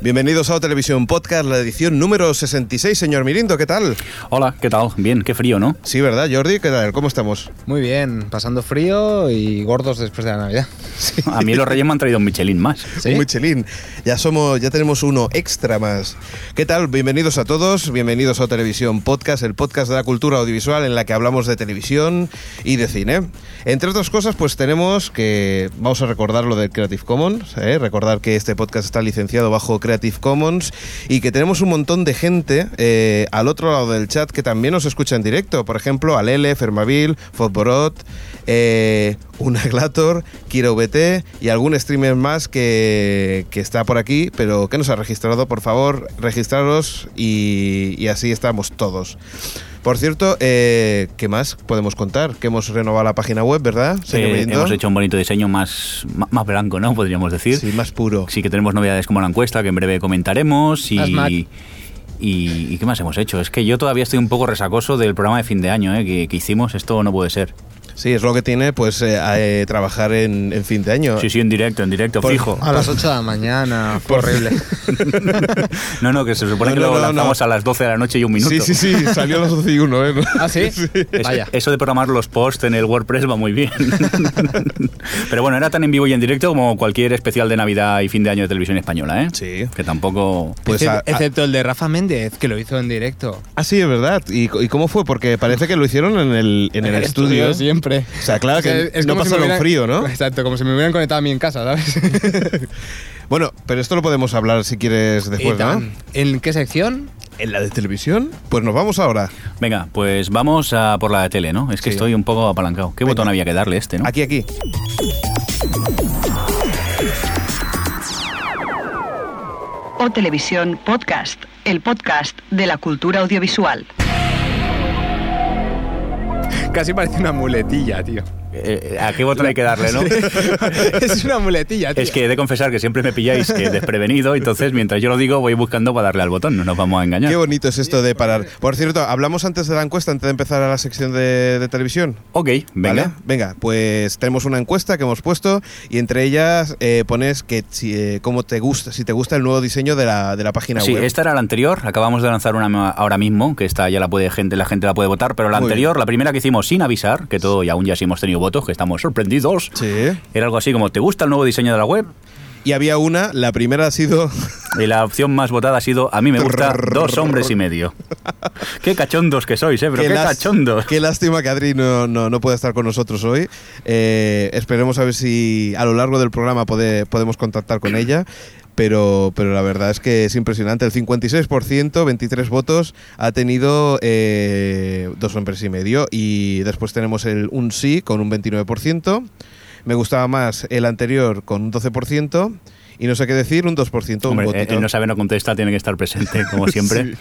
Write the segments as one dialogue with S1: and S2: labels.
S1: Bienvenidos a O Televisión Podcast, la edición número 66. Señor Mirindo, ¿qué tal?
S2: Hola, ¿qué tal? Bien, qué frío, ¿no?
S1: Sí, ¿verdad, Jordi? ¿Qué tal? ¿Cómo estamos?
S3: Muy bien, pasando frío y gordos después de la Navidad.
S2: A mí los reyes me han traído un Michelin más.
S3: ¿Sí?
S1: Un Michelin. Ya somos, ya tenemos uno extra más. ¿Qué tal? Bienvenidos a todos, bienvenidos a Televisión Podcast, el podcast de la cultura audiovisual en la que hablamos de televisión y de cine. Entre otras cosas, pues tenemos que vamos a recordar lo del Creative Commons, ¿eh? recordar que este podcast está licenciado bajo Creative Commons y que tenemos un montón de gente eh, al otro lado del chat que también nos escucha en directo. Por ejemplo, Alele, Fermavil, Fotborot, eh, Unaglator, KiroVT y algún streamer más que, que está por aquí, pero que nos ha registrado. Por favor, registraros y, y así estamos todos. Por cierto, eh, ¿qué más podemos contar? Que hemos renovado la página web, ¿verdad? señor
S2: Eh,
S1: Mirindo?
S2: hemos hecho un bonito diseño más, ma- más blanco, ¿no? Podríamos decir.
S1: Sí, más puro.
S2: Sí que tenemos novedades como la encuesta que en breve comentaremos
S3: Las Mac.
S2: y... ¿Y, y qué más hemos hecho? Es que yo todavía estoy un poco resacoso del programa de fin de año ¿eh? que, que hicimos. Esto no puede ser.
S1: Sí, es lo que tiene pues eh, a, eh, trabajar en, en fin de año.
S2: Sí, sí, en directo, en directo,
S1: Por-
S2: fijo.
S3: A las 8 de la mañana, fue horrible.
S2: No, no, que se supone
S1: No,
S2: que
S1: no,
S2: lo
S1: no,
S2: lanzamos
S1: no.
S2: a las 12 de la noche y un minuto.
S1: Sí, sí, sí, salió a las 12 y 1, ¿eh?
S3: ¿Ah, sí?
S2: Es-
S3: Vaya.
S2: Eso de programar los posts en el WordPress va muy bien. Pero bueno, era tan en vivo y en directo como cualquier especial de Navidad y fin de año de televisión española, ¿eh?
S1: Sí.
S2: Que tampoco.
S1: Pues
S3: Excep-
S1: a- a-
S3: excepto el de Rafa Méndez, que lo hizo en directo.
S1: Ah, sí, es verdad. ¿Y, co- y cómo fue? Porque parece que lo hicieron en el, en el estudio.
S3: siempre.
S1: O sea, claro que no
S3: como me
S1: pasaron
S3: hubieran-
S1: frío, ¿no?
S3: Exacto, como si me hubieran conectado a mí en casa, ¿sabes?
S1: Bueno, pero esto lo podemos hablar si quieres
S3: Y
S1: después, Pues ¿no?
S3: tan- ¿En qué sección?
S1: ¿En la de televisión? Pues nos vamos ahora.
S2: Venga, pues vamos a por la de tele, ¿no? Es que
S1: Sí.
S2: estoy un poco apalancado. ¿Qué botón había que darle a este, no?
S1: Aquí, aquí.
S4: O Televisión Podcast, el podcast de la cultura audiovisual.
S3: Casi parece una muletilla, tío.
S2: Eh, eh, ¿A qué botón hay que darle, no?
S3: es una muletilla, tío.
S2: Es que he de confesar que siempre me pilláis que desprevenido, entonces mientras yo lo digo voy buscando para darle al botón, no nos vamos a engañar.
S1: Qué bonito es esto de parar. Por cierto, hablamos antes de la encuesta, antes de empezar a la sección de, de televisión.
S2: Ok, venga.
S1: ¿Vale? Venga, pues tenemos una encuesta que hemos puesto y entre ellas eh, pones que si, eh, cómo te gusta, si te gusta el nuevo diseño de la, de la página
S2: Sí,
S1: web.
S2: esta era la anterior. Acabamos de lanzar una nueva ahora mismo, que esta ya la puede gente, la gente la puede votar. Pero la
S1: Muy
S2: anterior, la primera que hicimos sin avisar, que todo y aún ya sí hemos tenido votos, que estamos sorprendidos.
S1: Sí.
S2: Era algo así como ¿te gusta el nuevo diseño de la web?
S1: Y había una, la primera ha sido
S2: Y la opción más votada ha sido a mí me gusta dos hombres y medio. Qué cachondos que sois, eh, pero qué,
S1: las-
S2: cachondos.
S1: qué lástima que Adri no, no, no puede estar con nosotros hoy. Eh, esperemos a ver si a lo largo del programa pode- podemos contactar con ella. Pero, pero la verdad es que es impresionante. El 56%, 23 votos, ha tenido eh, dos hombres y medio. Y después tenemos el un sí con un 29%. Me gustaba más el anterior con un 12%. Y no sé qué decir, un 2%.
S2: Hombre,
S1: un
S2: eh,
S1: votito.
S2: él no sabe, no contesta, tiene que estar presente, como siempre.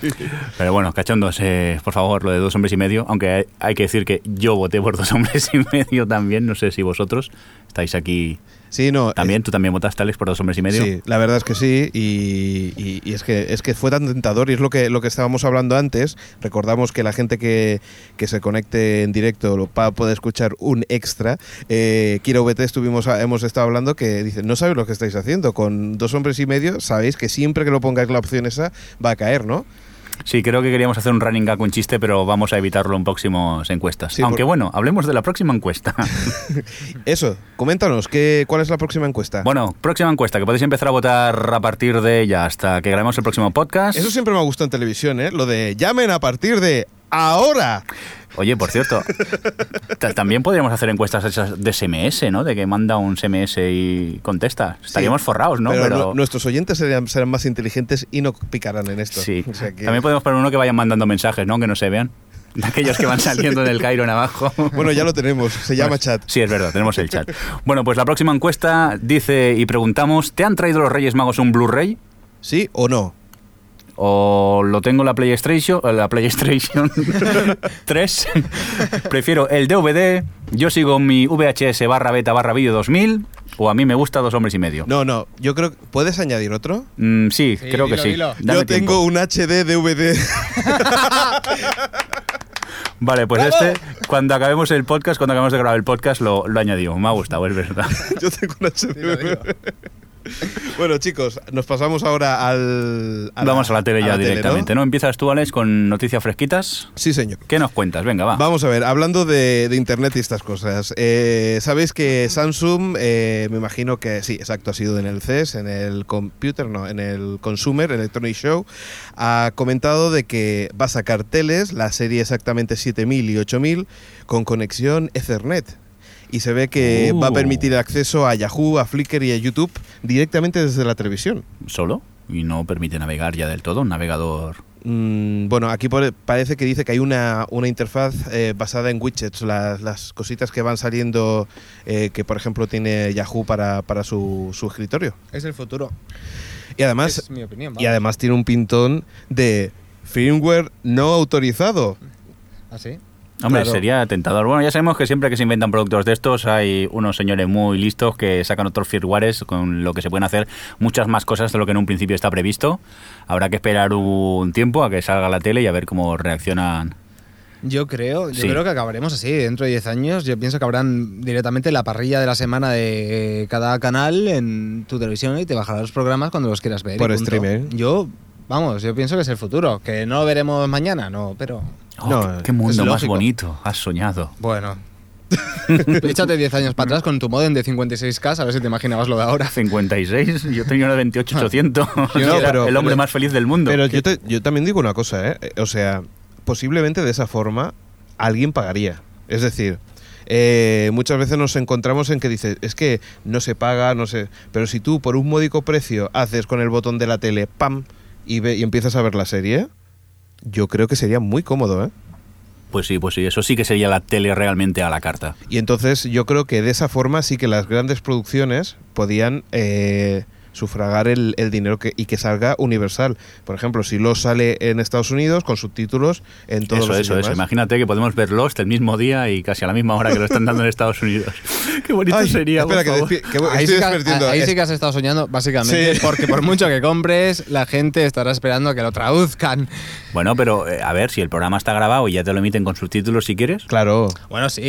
S2: Pero bueno, cachondos, eh, por favor, lo de dos hombres y medio, aunque hay, hay que decir que yo voté por dos hombres y medio también, no sé si vosotros estáis aquí
S1: sí, no. eh,
S2: También, tú también votaste, Alex, por dos hombres y medio.
S1: Sí, la verdad es que sí, y, y- y es que es que fue tan tentador y es lo que lo que estábamos hablando antes. Recordamos que la gente que, que se conecte en directo lo pa- puede escuchar un extra. Eh, Kiro VT estuvimos a- hemos estado hablando que dice no sabéis lo que estáis haciendo con dos hombres y medio. Sabéis que siempre que lo pongáis la opción esa va a caer, ¿no?
S2: Sí, creo que queríamos hacer un running gag, un chiste, pero vamos a evitarlo en próximas encuestas.
S1: Sí,
S2: Aunque
S1: por-
S2: bueno, hablemos de la próxima encuesta.
S1: Eso. Coméntanos qué cuál es la próxima encuesta.
S2: bueno, próxima encuesta, que podéis empezar a votar a partir de ella hasta que grabemos el próximo podcast.
S1: Eso siempre me ha gustado en televisión, ¿eh? Lo de llamen a partir de ahora.
S2: Oye, por cierto, ta- también podríamos hacer encuestas hechas de SMS, ¿no? De que manda un SMS y contesta. Estaríamos
S1: Sí,
S2: forrados, ¿no?
S1: Pero, nu- nuestros oyentes serían, serán más inteligentes y no picarán en esto.
S2: Sí.
S1: O sea que-
S2: También podemos poner uno que vayan mandando mensajes, ¿no? Que no se vean. Aquellos que van saliendo del Cairo en abajo.
S1: Bueno, ya lo tenemos. Se llama chat.
S2: Pues, Sí, es verdad, tenemos el chat. Bueno, pues la próxima encuesta dice y preguntamos, ¿te han traído los Reyes Magos un Blu-ray?
S1: ¿Sí o no?
S2: ¿O lo tengo en la PlayStation, en la PlayStation 3? Prefiero el DVD, yo sigo mi VHS barra beta barra vídeo 2000 O a mí me gusta dos hombres y medio.
S1: No, no, yo creo. ¿Puedes añadir otro?
S2: Mm, sí,
S3: Sí,
S2: creo que
S3: dilo,
S2: sí.
S3: dilo.
S2: Dame
S1: yo tengo
S2: tiempo.
S1: un HD DVD.
S2: Vale, pues este, cuando acabemos el podcast, cuando acabemos de grabar el podcast, lo, lo añadimos. Me ha gustado, es verdad.
S1: yo tengo un HD
S3: Dilo, dilo.
S1: Bueno, chicos, nos pasamos ahora al.
S2: Vamos a la tele ya
S1: ¿no?
S2: directamente, ¿no? Empiezas tú, Alex, con noticias fresquitas.
S1: Sí, señor.
S2: ¿Qué nos cuentas? Venga, va.
S1: Vamos a ver, hablando de, de internet y estas cosas, eh, sabéis que Samsung, eh, me imagino que sí, exacto, ha sido en el CES, en el Computer, no, en el Consumer Electronic Show, ha comentado de que va a sacar teles, la serie exactamente 7000 y 8000, con conexión Ethernet. Y se ve que
S2: Uh.
S1: va a permitir acceso a Yahoo, a Flickr y a YouTube directamente desde la televisión.
S2: Solo. Y no permite navegar ya del todo, un navegador.
S1: Mm, bueno, aquí pone- parece que dice que hay una, una interfaz eh, basada en widgets, las, las cositas que van saliendo, eh, que por ejemplo tiene Yahoo para, para su, su escritorio.
S3: Es el futuro.
S1: Y además,
S3: es mi opinión.
S1: y además tiene un pintón de firmware no autorizado.
S3: Así.
S2: Hombre,
S1: Claro.
S2: sería tentador. Bueno, ya sabemos que siempre que se inventan productos de estos hay unos señores muy listos que sacan otros firmwares con lo que se pueden hacer muchas más cosas de lo que en un principio está previsto. Habrá que esperar un tiempo a que salga la tele y a ver cómo reaccionan.
S3: Yo creo, yo
S2: Sí.
S3: creo que acabaremos así. Dentro de 10 años, yo pienso que habrán directamente la parrilla de la semana de cada canal en tu televisión y te bajarás los programas cuando los quieras ver. y
S1: Por
S3: punto.
S1: streamer.
S3: Yo, vamos, yo pienso que es el futuro. Que no lo veremos mañana, no, pero
S2: Oh,
S1: No,
S2: qué- qué,
S1: es
S2: mundo más
S1: lógico.
S2: bonito! Has soñado.
S3: bueno. Échate 10 años para atrás con tu modem de 56K, a ver si te imaginabas lo de ahora.
S2: 56, yo tenía una 28800.
S1: Yo
S2: Era
S1: no, pero-
S2: el hombre
S1: pero-
S2: más feliz del mundo.
S1: Pero yo, te- yo también digo una cosa, ¿eh? O sea, posiblemente de esa forma alguien pagaría. Es decir, eh, muchas veces nos encontramos en que dices, es que no se paga, no sé. Pero si tú por un módico precio haces con el botón de la tele, ¡pam! y, ve- y empiezas a ver la serie, yo creo que sería muy cómodo, ¿eh?
S2: Pues sí, pues sí, eso sí que sería la tele realmente a la carta.
S1: Y entonces yo creo que de esa forma sí que las grandes producciones podían eh, sufragar el, el dinero que, y que salga universal. Por ejemplo, si lo sale en Estados Unidos con subtítulos en todos
S2: Eso,
S1: los
S2: eso,
S1: idiomas.
S2: eso. Imagínate que podemos ver Lost el mismo día y casi a la misma hora que lo están dando en Estados Unidos. Qué bonito
S1: Ay,
S2: sería.
S1: espera,
S2: por
S1: que,
S2: favor.
S1: despi- que
S3: Ahí,
S1: estoy
S3: sí que,
S1: despertando.
S3: ahí sí
S1: Es-
S3: que has estado soñando, básicamente,
S1: Sí.
S3: porque por mucho que compres, la gente estará esperando a que lo traduzcan.
S2: Bueno, pero eh, a ver, si el programa está grabado y ya te lo emiten con subtítulos si quieres.
S1: Claro.
S3: Bueno, sí,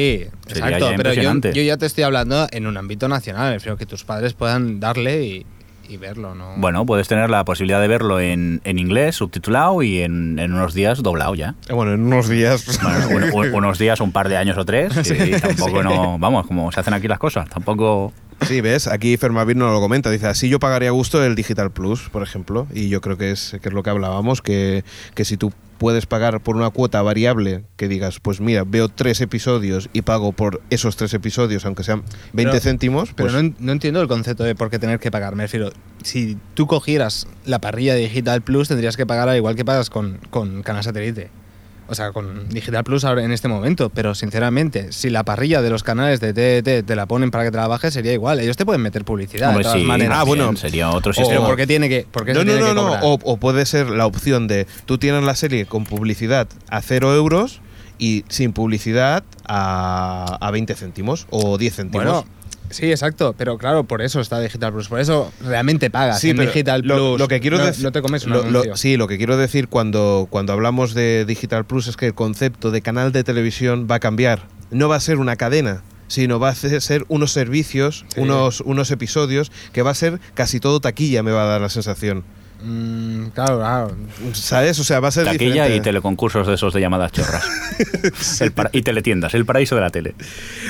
S2: Sería
S3: exacto,
S2: ya
S3: pero yo,
S2: impresionante.
S3: yo ya te estoy hablando en un ámbito nacional, espero que tus padres puedan darle y, y verlo, ¿no?
S2: Bueno, puedes tener la posibilidad de verlo en, en inglés, subtitulado y en, en unos días doblado ya.
S1: Eh, Bueno, en unos días.
S2: Bueno, un- un- unos días, un par de años o tres. Y tampoco no. Vamos, como se hacen aquí las cosas, tampoco.
S1: sí, ves, aquí Fermavir no lo comenta. Dice, así yo pagaría a gusto el Digital Plus, por ejemplo. Y yo creo que es, que es lo que hablábamos, que, que si tú puedes pagar por una cuota variable, que digas, pues mira, veo tres episodios y pago por esos tres episodios, aunque sean 20
S3: Pero-
S1: céntimos,
S3: Pero
S1: pues...
S3: no, en- no entiendo el concepto de por qué tener que pagar. Me refiero, si tú cogieras la parrilla de Digital Plus, tendrías que pagar al igual que pagas con, con Canal Satélite. O sea, con Digital Plus ahora en este momento. Pero sinceramente, si la parrilla de los canales de TDT te la ponen para que trabajes, sería igual. Ellos te pueden meter publicidad
S2: Hombre,
S3: de todas
S2: sí,
S3: maneras.
S1: Ah,
S2: también
S1: bueno.
S2: Sería otro
S3: Pero
S2: sistema.
S3: ¿por qué tiene que.? por qué se
S1: No, no,
S3: tiene
S1: no,
S3: que
S1: no.
S3: cobrar?
S1: O, o puede ser la opción de tú tienes la serie con publicidad a 0 euros y sin publicidad a, a 20 céntimos o 10 céntimos.
S3: Bueno, sí, exacto. Pero claro, por eso está Digital Plus. Por eso realmente pagas
S1: Sí,
S3: en
S1: pero
S3: Digital
S1: lo,
S3: Plus.
S1: lo que quiero
S3: no,
S1: dec-
S3: no te comes un
S1: lo- lo-
S3: anuncio.
S1: sí, lo que quiero decir cuando, cuando hablamos de Digital Plus es que el concepto de canal de televisión va a cambiar. No va a ser una cadena, sino va a ce- ser unos servicios,
S3: Sí.
S1: unos, unos episodios, que va a ser casi todo taquilla, me va a dar la sensación.
S3: Mm, claro, claro.
S1: ¿Sabes? O sea, va a ser
S2: Taquilla y
S1: diferente.
S2: teleconcursos de esos de llamadas chorras. El para- y teletiendas, el paraíso de la tele.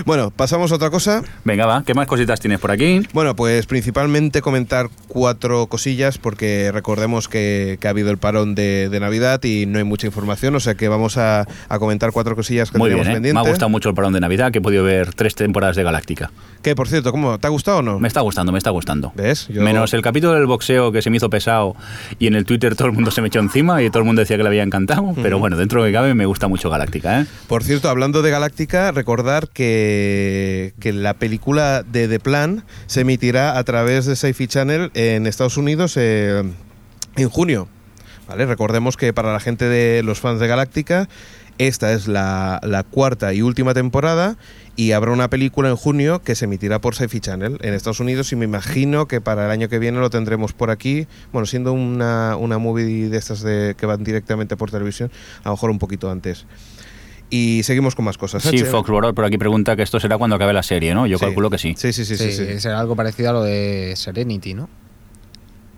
S1: Bueno, pasamos a otra cosa.
S2: Venga, va, ¿qué más cositas tienes por aquí?
S1: Bueno, pues principalmente comentar cuatro cosillas porque recordemos que, que ha habido el parón de, de Navidad y no hay mucha información, o sea que vamos a, a comentar cuatro cosillas que
S2: Muy bien,
S1: teníamos
S2: ¿eh? me ha
S1: pendientes.
S2: gustado mucho el parón de Navidad, que he podido ver tres temporadas de Galáctica.
S1: Que por cierto, ¿cómo? ¿Te ha gustado o no?
S2: Me está gustando, me está gustando.
S1: Oh. ¿Ves? Yo-
S2: Menos el capítulo del boxeo que se me hizo pesado y en el Twitter todo el mundo se me echó encima y todo el mundo decía que le había encantado, pero bueno, dentro de lo que cabe me gusta mucho Galáctica, ¿eh?
S1: Por cierto, hablando de Galáctica, recordar que, que la película de The Plan se emitirá a través de Sci-Fi Channel en Estados Unidos eh, en junio. ¿Vale? Recordemos que para la gente de los fans de Galáctica, Esta es la, la cuarta y última temporada y habrá una película en junio que se emitirá por Sci-Fi Channel en Estados Unidos y me imagino que para el año que viene lo tendremos por aquí. Bueno, siendo una, una movie de estas de, que van directamente por televisión, a lo mejor un poquito antes. Y seguimos con más cosas.
S2: Sí,
S1: Pues H.
S2: Fox World por aquí pregunta que esto será cuando acabe la serie, ¿no? Yo
S1: Sí.
S2: calculo que sí.
S1: Sí, sí, sí, sí. sí.
S3: Será algo parecido a lo de Serenity, ¿no?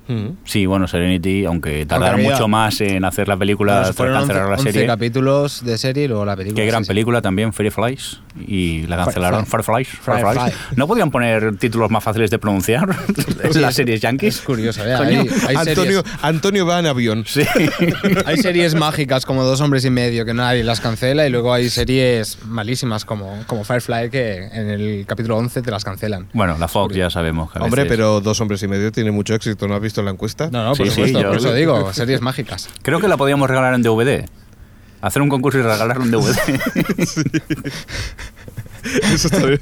S1: Mm.
S2: Sí, bueno, Serenity, aunque tardaron
S3: había-
S2: mucho más en hacer la película,
S3: Claro, fueron
S2: cancelaron
S3: 11
S2: la serie.
S3: capítulos de serie y luego la película.
S2: Qué gran
S3: sí, sí.
S2: película también, Fireflies. Y la cancelaron. Fireflies.
S3: Firefly.
S2: Fireflies. ¿No podían poner títulos más fáciles de pronunciar en las series
S3: Es
S2: yankees?
S3: curioso, ¿eh?
S2: Coño.
S3: Hay, hay
S1: Antonio, Antonio va en avión.
S2: Sí.
S3: series, hay series mágicas como Dos Hombres y Medio que nadie las cancela y luego hay series malísimas como, como Firefly que en el capítulo 11 te las cancelan.
S2: Bueno, la Fox ya sabemos que a
S1: Hombre,
S2: veces-
S1: pero dos hombres y medio tiene mucho éxito. ¿No has visto la encuesta?
S3: No, no, por
S2: Sí, sí,
S3: supuesto,
S2: yo-
S3: por eso digo, series mágicas.
S2: Creo que la podíamos regalar en DVD. Hacer un concurso y regalar un DVD.
S1: Eso está bien.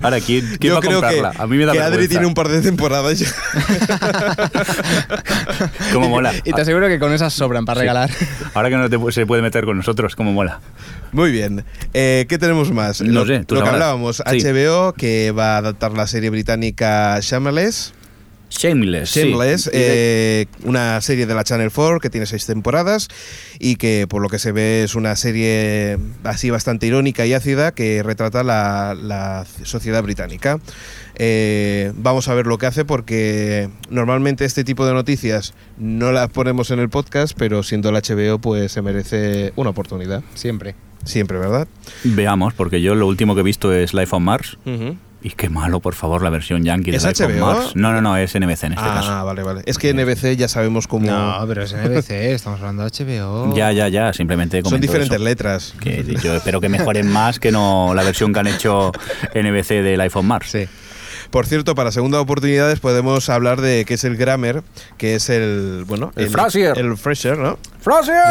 S2: Ahora, ¿quién, quién
S1: Yo
S2: va a
S1: creo que,
S2: comprarla? a mí me da
S1: que
S2: vergüenza.
S1: Adri tiene un par de temporadas. ya.
S2: Cómo mola.
S3: Y te aseguro que con esas sobran para regalar.
S2: Ahora que no te pu- se puede meter con nosotros, cómo mola.
S1: Muy bien. Eh, ¿Qué tenemos más?
S2: No
S1: lo,
S2: sé, tú
S1: lo que
S2: sabrás.
S1: hablábamos,
S2: Sí.
S1: HBO, que va a adaptar la serie británica Shameless.
S2: Shameless. sí.
S1: Shameless,
S2: Y de-
S1: eh, una serie de la Channel 4 que tiene seis temporadas y que por lo que se ve es una serie así bastante irónica y ácida que retrata la, la sociedad británica. Eh, vamos a ver lo que hace porque normalmente este tipo de noticias no las ponemos en el podcast, pero siendo el HBO pues se merece una oportunidad.
S3: Siempre.
S1: Siempre, ¿verdad?
S2: Veamos, porque yo lo último que he visto es Life on Mars. Y qué malo, por favor, la versión yankee de
S1: ¿Es
S2: Life on
S1: HBO?
S2: Mars. No, no, no, es NBC en este
S1: ah,
S2: caso.
S1: vale, vale. Es que NBC ya sabemos cómo...
S3: No, pero es NBC, estamos hablando de HBO.
S2: Ya, ya, ya, simplemente
S1: oh. son
S2: comento
S1: diferentes
S2: eso.
S1: letras.
S2: Que yo espero que mejoren más que no la versión que han hecho NBC del iPhone Mars.
S3: Sí.
S1: Por cierto, para segunda oportunidades podemos hablar de qué es el grammar, que es el bueno,
S2: El Frasier.
S1: el Frasier, ¿no?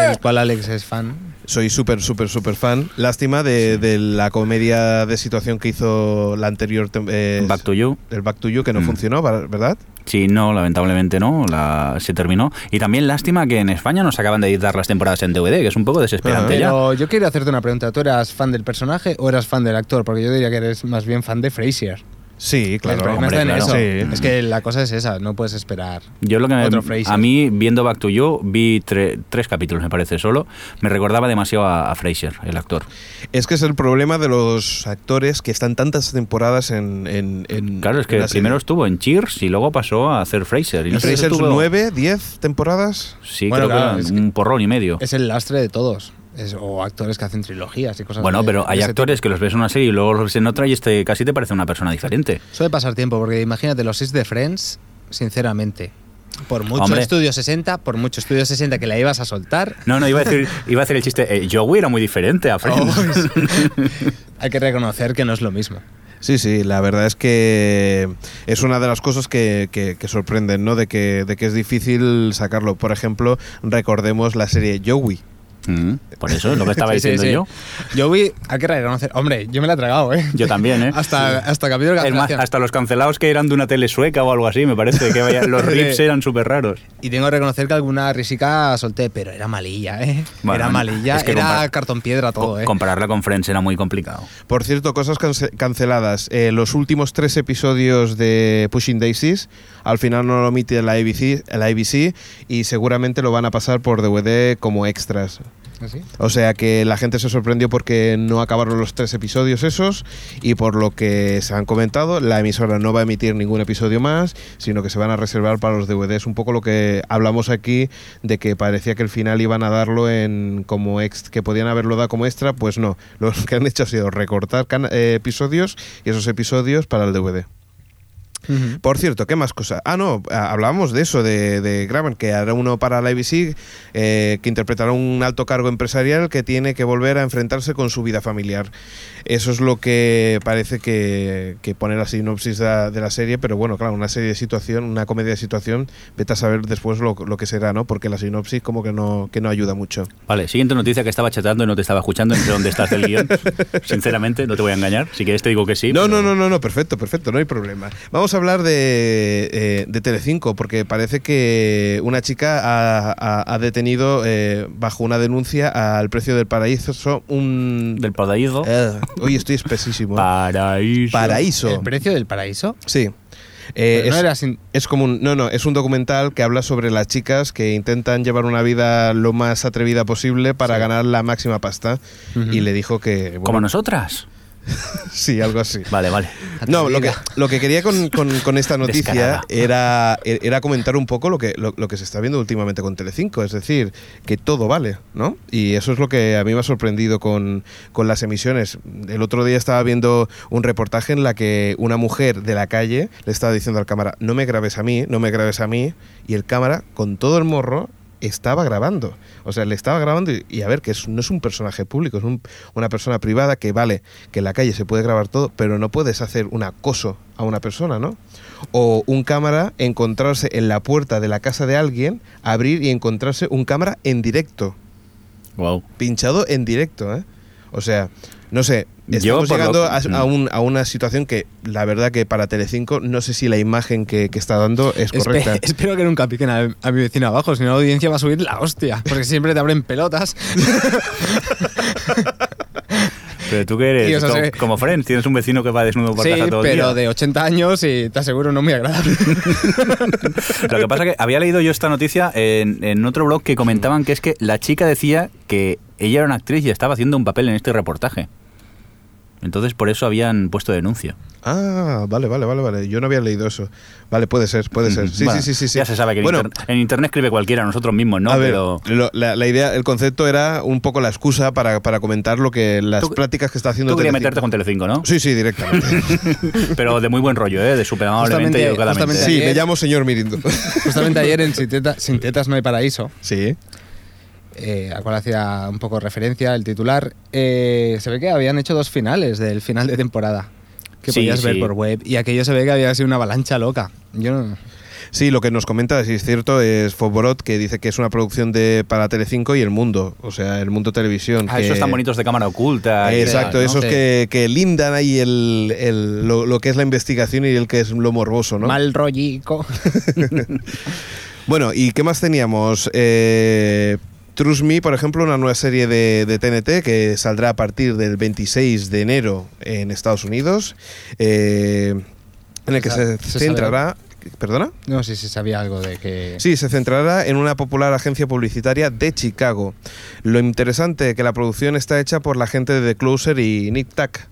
S3: Del cual Alex es fan.
S1: Soy súper súper súper fan. Lástima de, de la comedia de situación que hizo la anterior tem- eh,
S2: Back to You.
S1: el Back to You que no
S2: Mm.
S1: funcionó, va- ¿verdad?
S2: Sí, no, lamentablemente no, la, se terminó. Y también lástima que en España nos acaban de editar las temporadas en DVD, que es un poco desesperante
S1: Ajá.
S2: ya.
S3: Pero yo quiero hacerte una pregunta. ¿Tú eras fan del personaje o eras fan del actor? Porque yo diría que eres más bien fan de Frasier.
S1: Sí,
S3: el
S1: claro.
S3: problema
S2: hombre,
S3: está en
S2: claro.
S3: eso.
S1: Sí.
S3: Es que la cosa es esa, no puedes esperar.
S2: Yo lo que me-
S3: Otro Frasier.
S2: a mí viendo Back to You vi tre- tres capítulos me parece solo, me recordaba demasiado a, a Fraser, el actor.
S1: Es que es el problema de los actores que están tantas temporadas en, en- en-
S2: Claro, es
S1: en
S2: que
S1: la serie.
S2: primero estuvo en Cheers y luego pasó a hacer Fraser. Y no sé si
S1: Frasier
S2: estuvo-
S1: 9, 10 temporadas.
S2: Sí,
S3: Bueno,
S2: creo
S3: claro,
S2: que
S3: es
S2: eran un porrón y medio.
S3: Es el lastre de todos. Es- o actores que hacen trilogías y cosas
S2: Bueno,
S3: de-
S2: pero
S3: de
S2: hay
S3: ese
S2: actores que los ves en una serie y luego los ves en otra y este casi te parece una persona diferente.
S3: tipo. Suele pasar tiempo, porque imagínate los seis de Friends, sinceramente. Por mucho
S2: Hombre.
S3: estudio 60, por mucho estudio 60 que la ibas a soltar,
S2: No, no, iba a decir, iba a hacer el chiste. eh, Joey era muy diferente
S3: Oh,
S2: a Friends.
S3: hay que reconocer que no es lo mismo.
S1: Sí, sí, la verdad es que es una de las cosas que, que- que sorprenden, ¿no? De que, de que es difícil sacarlo. Por ejemplo, recordemos la serie Joey.
S2: Mm, Por eso es lo que estaba
S3: Sí, sí,
S2: diciendo
S3: sí.
S2: yo.
S3: Yo vi, hay que reconocer. Hombre, yo me la he tragado, ¿eh?
S2: Yo también, ¿eh?
S3: Hasta, hasta capítulo de
S2: Es más,
S3: cancelación.
S2: hasta los cancelados que eran de una tele sueca o algo así, me parece que vaya- los rips eran súper raros.
S3: Y tengo que reconocer que alguna risica solté, pero era malilla, ¿eh?
S2: Bueno,
S3: era malilla,
S2: es que
S3: era
S2: compar-
S3: cartón piedra todo,
S2: Co-
S3: ¿eh?
S2: Compararla con Friends era muy complicado.
S1: Por cierto, cosas cance- canceladas. Eh, los últimos tres episodios de Pushing Daisies, al final no lo emite la ABC, la ABC y seguramente lo van a pasar por DVD como extras.
S3: ¿Así?
S1: O sea que la gente se sorprendió porque no acabaron los tres episodios esos y por lo que se han comentado, la emisora no va a emitir ningún episodio más, sino que se van a reservar para los DVDs. Un poco lo que hablamos aquí de que parecía que el final iban a darlo en como ex, que podían haberlo dado como extra, pues no. Lo que han hecho ha sido recortar cana- eh, episodios y esos episodios para el DVD.
S3: Ujú.
S1: Por cierto, ¿qué más cosas? Ah, no, a- hablábamos de eso, de, de Graban, que hará uno para la ABC, eh, que interpretará un alto cargo empresarial que tiene que volver a enfrentarse con su vida familiar. Eso es lo que parece que, que pone la sinopsis da- de, la serie, pero bueno, claro, una serie de situación, una comedia de situación, vete a saber después lo, lo que será, ¿no? Porque la sinopsis como que no, que no ayuda mucho.
S2: Vale, siguiente noticia que estaba chatando y no te estaba escuchando, no sé dónde estás del guión. Sinceramente, no te voy a engañar. Si quieres te digo que sí.
S1: No,
S2: pero-
S1: no, no, no, no, perfecto, perfecto, no hay problema. Vamos a hablar de, eh, de Telecinco, porque parece que una chica ha, ha- ha detenido eh, bajo una denuncia al precio del paraíso un...
S2: Del paraíso.
S1: Eh, hoy estoy espesísimo.
S2: Paraíso.
S1: paraíso.
S3: ¿El precio del paraíso?
S1: Sí. Eh,
S3: Pero no
S1: es-
S3: era sin-
S1: es como un, no, no, es un documental que habla sobre las chicas que intentan llevar una vida lo más atrevida posible para ganar la máxima pasta.
S3: Ujú.
S1: Y le dijo que... bueno,
S2: Como nosotras.
S1: Sí, algo así.
S2: Vale, vale.
S1: No, lo que,
S3: Atrevida.
S1: lo que quería con, con- con esta noticia
S2: Descarada.
S1: era, era comentar un poco lo que, lo, lo que se está viendo últimamente con Telecinco, es decir, que todo vale, ¿no? Y eso es lo que a mí me ha sorprendido con, con las emisiones. El otro día estaba viendo un reportaje en la que una mujer de la calle le estaba diciendo al cámara, no me grabes a mí, no me grabes a mí, y el cámara, con todo el morro, estaba grabando. O sea, le estaba grabando y, y a ver, que es- no es un personaje público, es un- una persona privada que vale, que en la calle se puede grabar todo, pero no puedes hacer un acoso a una persona, ¿no? O un cámara encontrarse en la puerta de la casa de alguien, abrir y encontrarse un cámara en directo,
S2: Wow.
S1: pinchado en directo, ¿eh? O sea, no sé,
S2: Yo,
S1: estamos
S2: por lo- Mm.
S1: llegando a, a
S2: no.
S1: un- a una situación que la verdad que para Telecinco no sé si la imagen que, que está dando es
S3: Espe-
S2: ¿eh?
S1: correcta.
S3: espero que nunca piquen a, a mi vecino abajo, si no la audiencia va a subir la hostia, porque siempre te abren pelotas.
S2: Pero tú que eres
S3: Tío, eso
S2: como,
S3: sí.
S2: como Friends, tienes un vecino que va desnudo por
S3: sí,
S2: casa todo el
S3: pero
S2: día.
S3: de 80 años y te aseguro no muy agradable.
S2: Lo que pasa que había leído yo esta noticia en, en otro blog que comentaban que es que la chica decía que ella era una actriz y estaba haciendo un papel en este reportaje. Entonces por eso habían puesto denuncia.
S1: Ah, vale, vale, vale, vale. Yo no había leído eso. Vale, puede ser, puede ser. Sí,
S2: Bueno,
S1: sí, sí, sí, sí.
S2: Ya se sabe que en
S1: bueno,
S2: inter- en internet escribe cualquiera, nosotros mismos, ¿no?
S1: a ver,
S2: pero
S1: lo- la, la idea, el concepto era un poco la excusa para, para comentar lo que las
S2: Tú-
S1: prácticas que está haciendo.
S2: tú querías
S1: Telecinco.
S2: meterte con Telecinco, ¿no?
S1: Sí, sí, directamente.
S2: Pero de muy buen rollo, ¿eh? De súper amablemente y
S3: Justamente-
S2: educadamente.
S3: justamente
S1: sí,
S3: ayer-
S1: me llamo señor Mirindo.
S3: Justamente ayer en Sin, Teta- Sin Tetas No hay Paraíso,
S1: sí.
S3: eh, al cual hacía un poco referencia el titular, eh, se ve que habían hecho dos finales del final de temporada que
S2: Sí,
S3: podías ver
S2: sí.
S3: por web y aquello se ve que había sido una avalancha loca. Yo no-
S1: Sí, lo que nos comenta, si es cierto, es Foborot, que dice que es una producción de para Telecinco y El Mundo, o sea, El Mundo Televisión.
S2: Ah,
S1: que-
S2: esos tan bonitos de cámara oculta. y
S1: Exacto,
S2: tal, ¿no?
S1: esos
S3: Sí.
S1: que, que lindan ahí el, el- lo, lo que es la investigación y el que es lo morboso, ¿no?
S3: Mal rollico.
S1: Bueno, ¿y qué más teníamos? Eh, Trust Me, por ejemplo, una nueva serie de, de TNT que saldrá a partir del 26 de enero en Estados Unidos, eh, en el que
S3: Se
S1: se,
S3: sa- se
S1: centrará... ¿Perdona?
S3: No sé si sabía algo de que...
S1: Sí, se centrará en una popular agencia publicitaria de Chicago. Lo interesante es que la producción está hecha por la gente de The Closer y Nick Tack.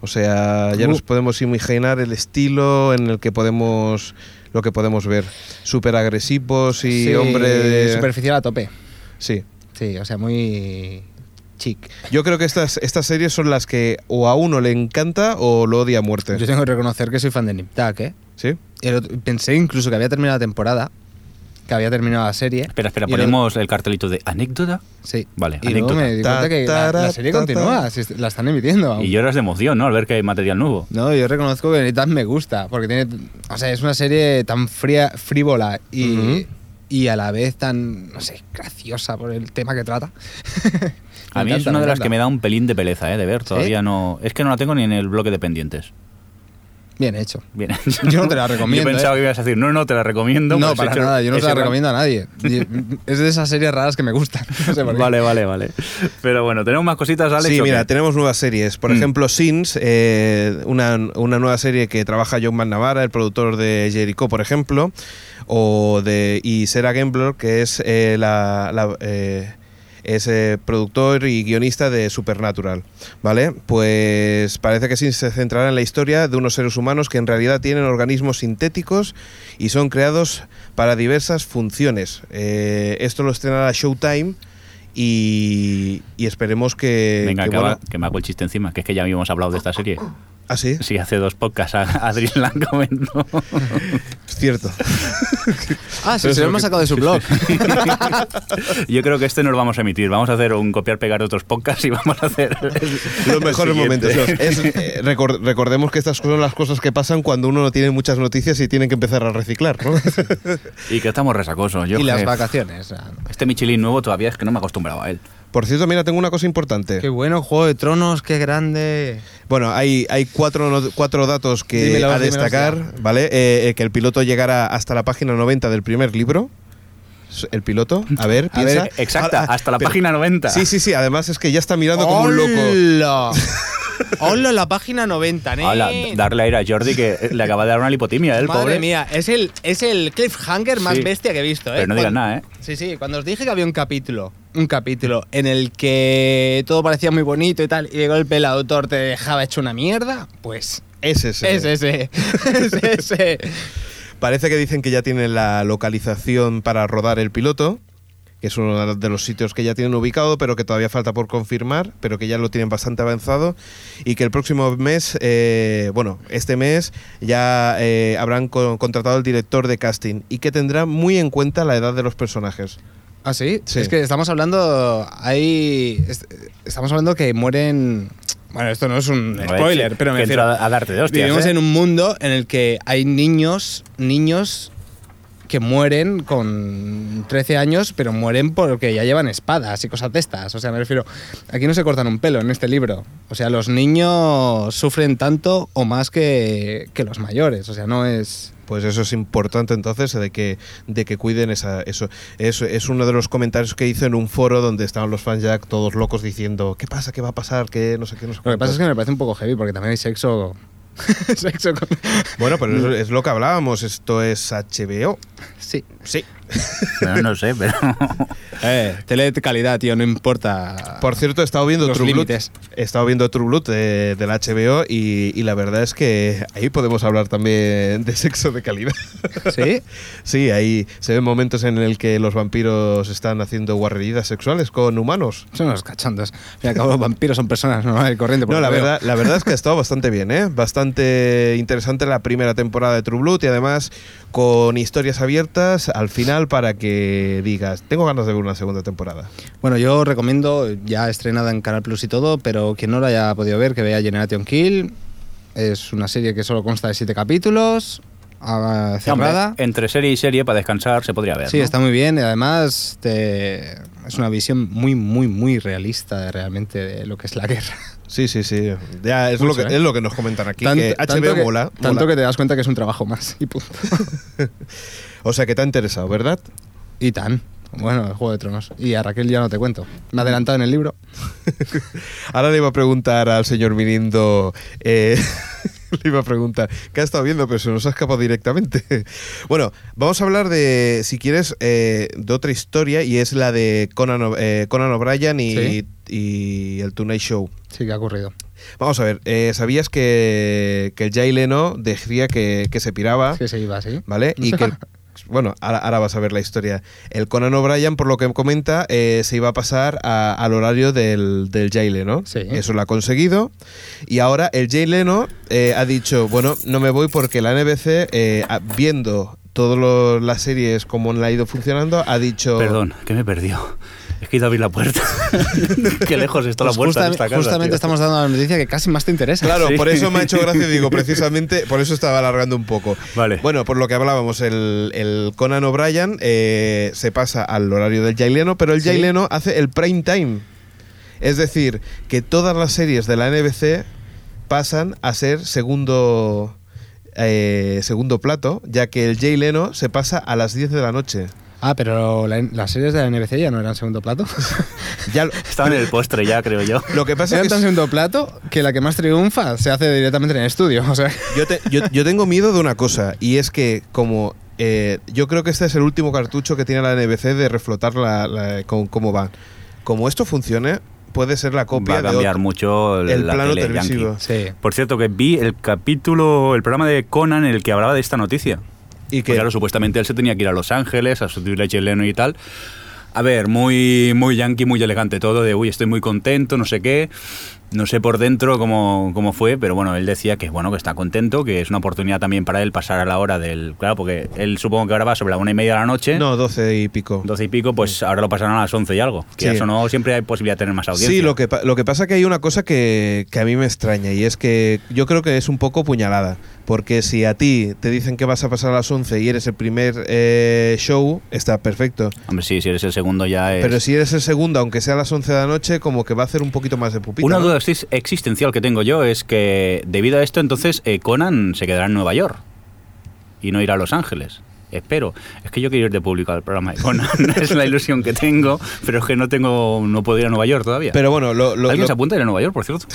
S1: O sea, ya
S3: Uh.
S1: nos podemos imaginar el estilo en el que podemos lo que podemos ver. Súper agresivos y
S3: Sí,
S1: hombre de...
S3: Superficial a tope.
S1: Sí.
S3: Sí, o sea, muy chic.
S1: Yo creo que estas, estas series son las que o a uno le encanta o lo odia a muerte.
S3: Yo tengo que reconocer que soy fan de Niptak, ¿eh?
S1: ¿Sí?
S3: El otro- pensé incluso que había terminado la temporada, que había terminado la serie.
S2: Espera, espera,
S3: Y el otro-
S2: ponemos el cartelito de anécdota.
S3: Sí.
S2: Vale,
S3: y luego
S2: anécdota.
S3: me di cuenta
S1: Ta,
S3: que la, la
S1: tara,
S3: serie
S1: ta,
S3: continúa,
S1: ta.
S3: si est- la están emitiendo. aún.
S2: Y lloras de emoción, ¿no? Al ver que hay material nuevo.
S3: No, yo reconozco que Niptak me gusta, porque tiene. O sea, es una serie tan fría, frívola y,
S1: Ujú.
S3: y a la vez tan, no sé, graciosa por el tema que trata.
S2: A mí es una de las que me da un pelín de pereza, ¿eh? De ver, todavía no... Es que no la tengo ni en el bloque de pendientes.
S3: Bien hecho.
S2: Bien.
S3: Yo no te la recomiendo,
S2: Yo pensaba
S3: ¿eh?
S2: que ibas a decir, no, no, te la recomiendo.
S3: No,
S2: pues
S3: para
S2: he hecho
S3: nada, yo no se
S2: ese
S3: la
S2: plan.
S3: recomiendo a nadie. Y- es de esas series raras que me gustan. No sé por qué.
S2: Vale, vale, vale. Pero bueno, ¿tenemos más cositas, Alex?
S1: sí,
S2: o qué?
S1: mira, tenemos nuevas series. Por
S2: Mm.
S1: ejemplo, Sins, eh, una, una nueva serie que trabaja John McNamara, el productor de Jericho, por ejemplo, o de, y Sarah Gambler, que es eh, la... la, eh, es eh, productor y guionista de Supernatural, ¿vale? Pues parece que Sins se centrará en la historia de unos seres humanos que en realidad tienen organismos sintéticos y son creados para diversas funciones. Eh, esto lo estrenará Showtime y, y esperemos
S3: Eh,
S1: que...
S2: Venga,
S1: que,
S2: que, va-
S1: bueno-
S2: que me hago el chiste encima, que es que ya habíamos hablado de esta serie.
S1: Ah, sí,
S2: Sí, hace dos podcasts a- Adri la comentó.
S1: cierto. Pero
S3: Ah, sí, se
S1: eso
S3: lo hemos
S1: que-
S3: sacado de su blog.
S2: Yo creo que este no lo vamos a emitir. Vamos a hacer un copiar-pegar de otros podcasts y vamos a hacer... el-
S1: Los mejores
S2: el siguiente.
S1: momentos. Es- eh, recor- recordemos que estas son las cosas que pasan cuando uno no tiene muchas noticias y tienen que empezar a reciclar, ¿no?
S2: Y que estamos resacosos. Yo,
S3: y las
S2: je,
S3: vacaciones. ah,
S2: Este Michelin nuevo todavía es que no me acostumbraba a él.
S1: Por cierto, mira, tengo una cosa importante.
S3: Qué bueno, Juego de Tronos, qué grande.
S1: Bueno, hay, hay cuatro, no- cuatro datos que
S3: Dímelo,
S1: a
S3: dímelo
S1: destacar, ¿vale? Eh, eh, que el piloto llegará hasta la página 90 del primer libro. El piloto, a ver,
S3: A ver,
S1: piensa.
S2: exacta,
S1: Ah, ah,
S2: hasta la
S1: pero-
S2: página 90.
S1: Sí, sí, sí, además es que ya está mirando como un loco.
S3: ¡Hola! ¡Hola, la página 90, ¿eh?
S2: Hola, darle aire a Jordi que le acaba de dar una lipotimia, ¿eh? el
S3: Madre
S2: pobre.
S3: mía, es el, es el cliffhanger más
S2: Sí.
S3: bestia que he visto, ¿eh?
S2: Pero no digas
S3: Cuando-
S2: nada, ¿eh?
S3: Sí, sí, cuando os dije que había un capítulo, un capítulo en el que todo parecía muy bonito y tal, y de golpe el autor te dejaba hecho una mierda, pues
S1: Es ese.
S3: es ese, es ese.
S1: Parece que dicen que ya tienen la localización para rodar el piloto, que es uno de los sitios que ya tienen ubicado, pero que todavía falta por confirmar, pero que ya lo tienen bastante avanzado y que el próximo mes, eh, bueno, este mes ya eh, habrán co- contratado al director de casting y que tendrá muy en cuenta la edad de los personajes.
S3: ¿Ah, sí?
S1: Sí.
S3: Es que estamos hablando, hay, es- estamos hablando que mueren... Bueno, esto no es un
S2: A ver,
S3: spoiler,
S2: sí,
S3: pero me
S2: que
S3: refiero...
S2: entra a darte de hostias,
S3: Vivimos
S2: ¿eh?
S3: en un mundo en el que hay niños, niños que mueren con 13 años, pero mueren porque ya llevan espadas y cosas de estas. O sea, me refiero, aquí no se cortan un pelo en este libro. O sea, los niños sufren tanto o más que, que los mayores. O sea, no es...
S1: Pues eso es importante entonces de que, de que cuiden esa, eso. Es, es uno de los comentarios que hizo en un foro donde estaban los fans ya todos locos diciendo ¿qué pasa? ¿qué va a pasar? ¿qué? no sé qué, no sé
S3: Lo que
S1: cuántos".
S3: pasa es que me parece un poco heavy porque también hay sexo... sexo con...
S1: Bueno, pero
S3: Mm.
S1: es, es lo que hablábamos, esto es HBO.
S3: Sí.
S1: Sí.
S2: No, no sé, pero.
S3: Eh, tele de calidad, tío, no importa.
S1: Por cierto, he estado viendo
S3: Los
S1: True Blood.
S3: límites.
S1: He estado viendo True Blood de, del HBO y, y la verdad es que ahí podemos hablar también de sexo de calidad.
S3: ¿Sí?
S1: sí, ahí se ven momentos en el que los vampiros están haciendo guarreridas sexuales con humanos.
S3: Son unos cachondos. Al fin y al cabo, los vampiros son personas normales y corrientes. por
S1: No,
S3: lo
S1: la
S3: que veo.
S1: verdad, la verdad es que ha estado bastante bien, ¿eh? Bastante interesante la primera temporada de True Blood y además con historias abiertas al final para que digas, tengo ganas de ver una segunda temporada.
S3: Bueno, yo recomiendo, ya estrenada en Canal Plus y todo, pero quien no la haya podido ver, que vea Generation Kill. Es una serie que solo consta de siete capítulos, ah, cerrada.
S2: Hombre, entre serie y serie, para descansar, se podría ver.
S3: Sí,
S2: ¿no?
S3: está muy bien. y Además, te- es una visión muy, muy, muy realista de realmente de lo que es la guerra.
S1: Sí, sí, sí. Ya es,
S3: Mucho,
S1: lo, que,
S3: ¿eh?
S1: es lo que nos comentan aquí. que HBO
S3: que,
S1: mola,
S3: tanto
S1: mola.
S3: que te das cuenta que es un trabajo más. Y, punto.
S1: O sea que te ha interesado, ¿verdad?
S3: y tan. Bueno, el Juego de Tronos. Y a Raquel ya no te cuento. Me he adelantado en el libro.
S1: Ahora le iba a preguntar al señor Mirindo. eh, le iba a preguntar qué ha estado viendo, pero se nos ha escapado directamente. Bueno, vamos a hablar de, si quieres, eh, de otra historia y es la de Conan, O- eh, Conan O'Brien y,
S3: Sí.
S1: y el Tonight Show.
S3: Sí, que ha ocurrido.
S1: Vamos a ver, eh, ¿sabías que, que el Jay Leno decía que, que se piraba?
S2: Ah.
S3: Es que se iba así.
S1: ¿vale? Y que, bueno, ahora, ahora vas a ver la historia. El Conan O'Brien, por lo que comenta, eh, se iba a pasar a- al horario del, del Jay Leno.
S3: Sí.
S1: Eso lo ha conseguido. Y ahora el Jay Leno eh, ha dicho, bueno, no me voy porque la NBC, eh, a- viendo todas las series como la ha ido funcionando, ha dicho...
S2: Perdón, que me perdió. Es que he ido a abrir la puerta. Qué lejos está la
S3: Pues
S2: puerta de
S3: justamente-
S2: esta casa.
S3: justamente
S2: tío.
S3: estamos dando la noticia que casi más te interesa.
S1: Claro,
S2: Sí.
S1: por eso me ha hecho gracia, digo, precisamente, por eso estaba alargando un poco.
S2: Vale.
S1: Bueno, por lo que hablábamos, el, el Conan O'Brien eh, se pasa al horario del Jaileno, pero el
S3: Sí.
S1: Jaileno hace el prime time. Es decir, que todas las series de la NBC pasan a ser segundo, eh, segundo plato, ya que el Jaileno se pasa a las 10 de la noche.
S3: Ah, pero la- las series de la NBC ya no eran segundo plato.
S1: Ya lo,
S2: Estaba en el postre ya, creo yo.
S1: lo que pasa
S3: eran
S1: es
S3: tan
S1: que
S3: segundo plato que la que más triunfa se hace directamente en el estudio. O sea,
S1: yo, te- yo- yo tengo miedo de una cosa, y es que como... eh, yo creo que este es el último cartucho que tiene la NBC de reflotar la, la- con- cómo va. Como esto funcione, puede ser la copia
S2: Va a
S1: de
S2: cambiar
S1: otro-
S2: mucho el,
S1: el
S2: la
S1: plano
S2: tele yankee.
S1: televisivo.
S3: sí.
S2: Por cierto, que vi el capítulo, el programa de Conan en el que hablaba de esta noticia.
S1: Y
S2: Pues
S1: que
S2: claro, supuestamente él se tenía que ir a Los Ángeles a sustituir a Chileno y tal. A ver, muy, muy yankee, muy elegante todo, de uy, estoy muy contento, no sé qué. No sé por dentro cómo, cómo fue, pero bueno, él decía que bueno, que está contento, que es una oportunidad también para él pasar a la hora del. Claro, porque él supongo que ahora va sobre la una y media de la noche.
S1: No, 12 y pico.
S2: 12 y pico, pues ahora lo pasaron a las 11 y algo. Que
S1: Sí.
S2: eso no siempre hay posibilidad de tener más audiencia.
S1: Sí, lo que, pa- lo que pasa que hay una cosa que, que a mí me extraña y es que yo creo que es un poco puñalada. Porque si a ti te dicen que vas a pasar a las 11 y eres el primer eh, show, está perfecto.
S2: Hombre, sí, si eres el segundo ya es.
S1: Pero si eres el segundo, aunque sea a las 11 de la noche, como que va a hacer un poquito más de pupita.
S2: Una
S1: ¿no?
S2: duda exis- existencial que tengo yo es que debido a esto entonces eh, Conan se quedará en Nueva York y no irá a Los Ángeles. Espero. Es que yo quiero ir de público al programa de Conan. es la ilusión que tengo, pero es que no tengo, no puedo ir a Nueva York todavía.
S1: Pero bueno, lo, lo-
S2: ¿Alguien
S1: lo-
S2: se apunta a ir a Nueva York, por cierto?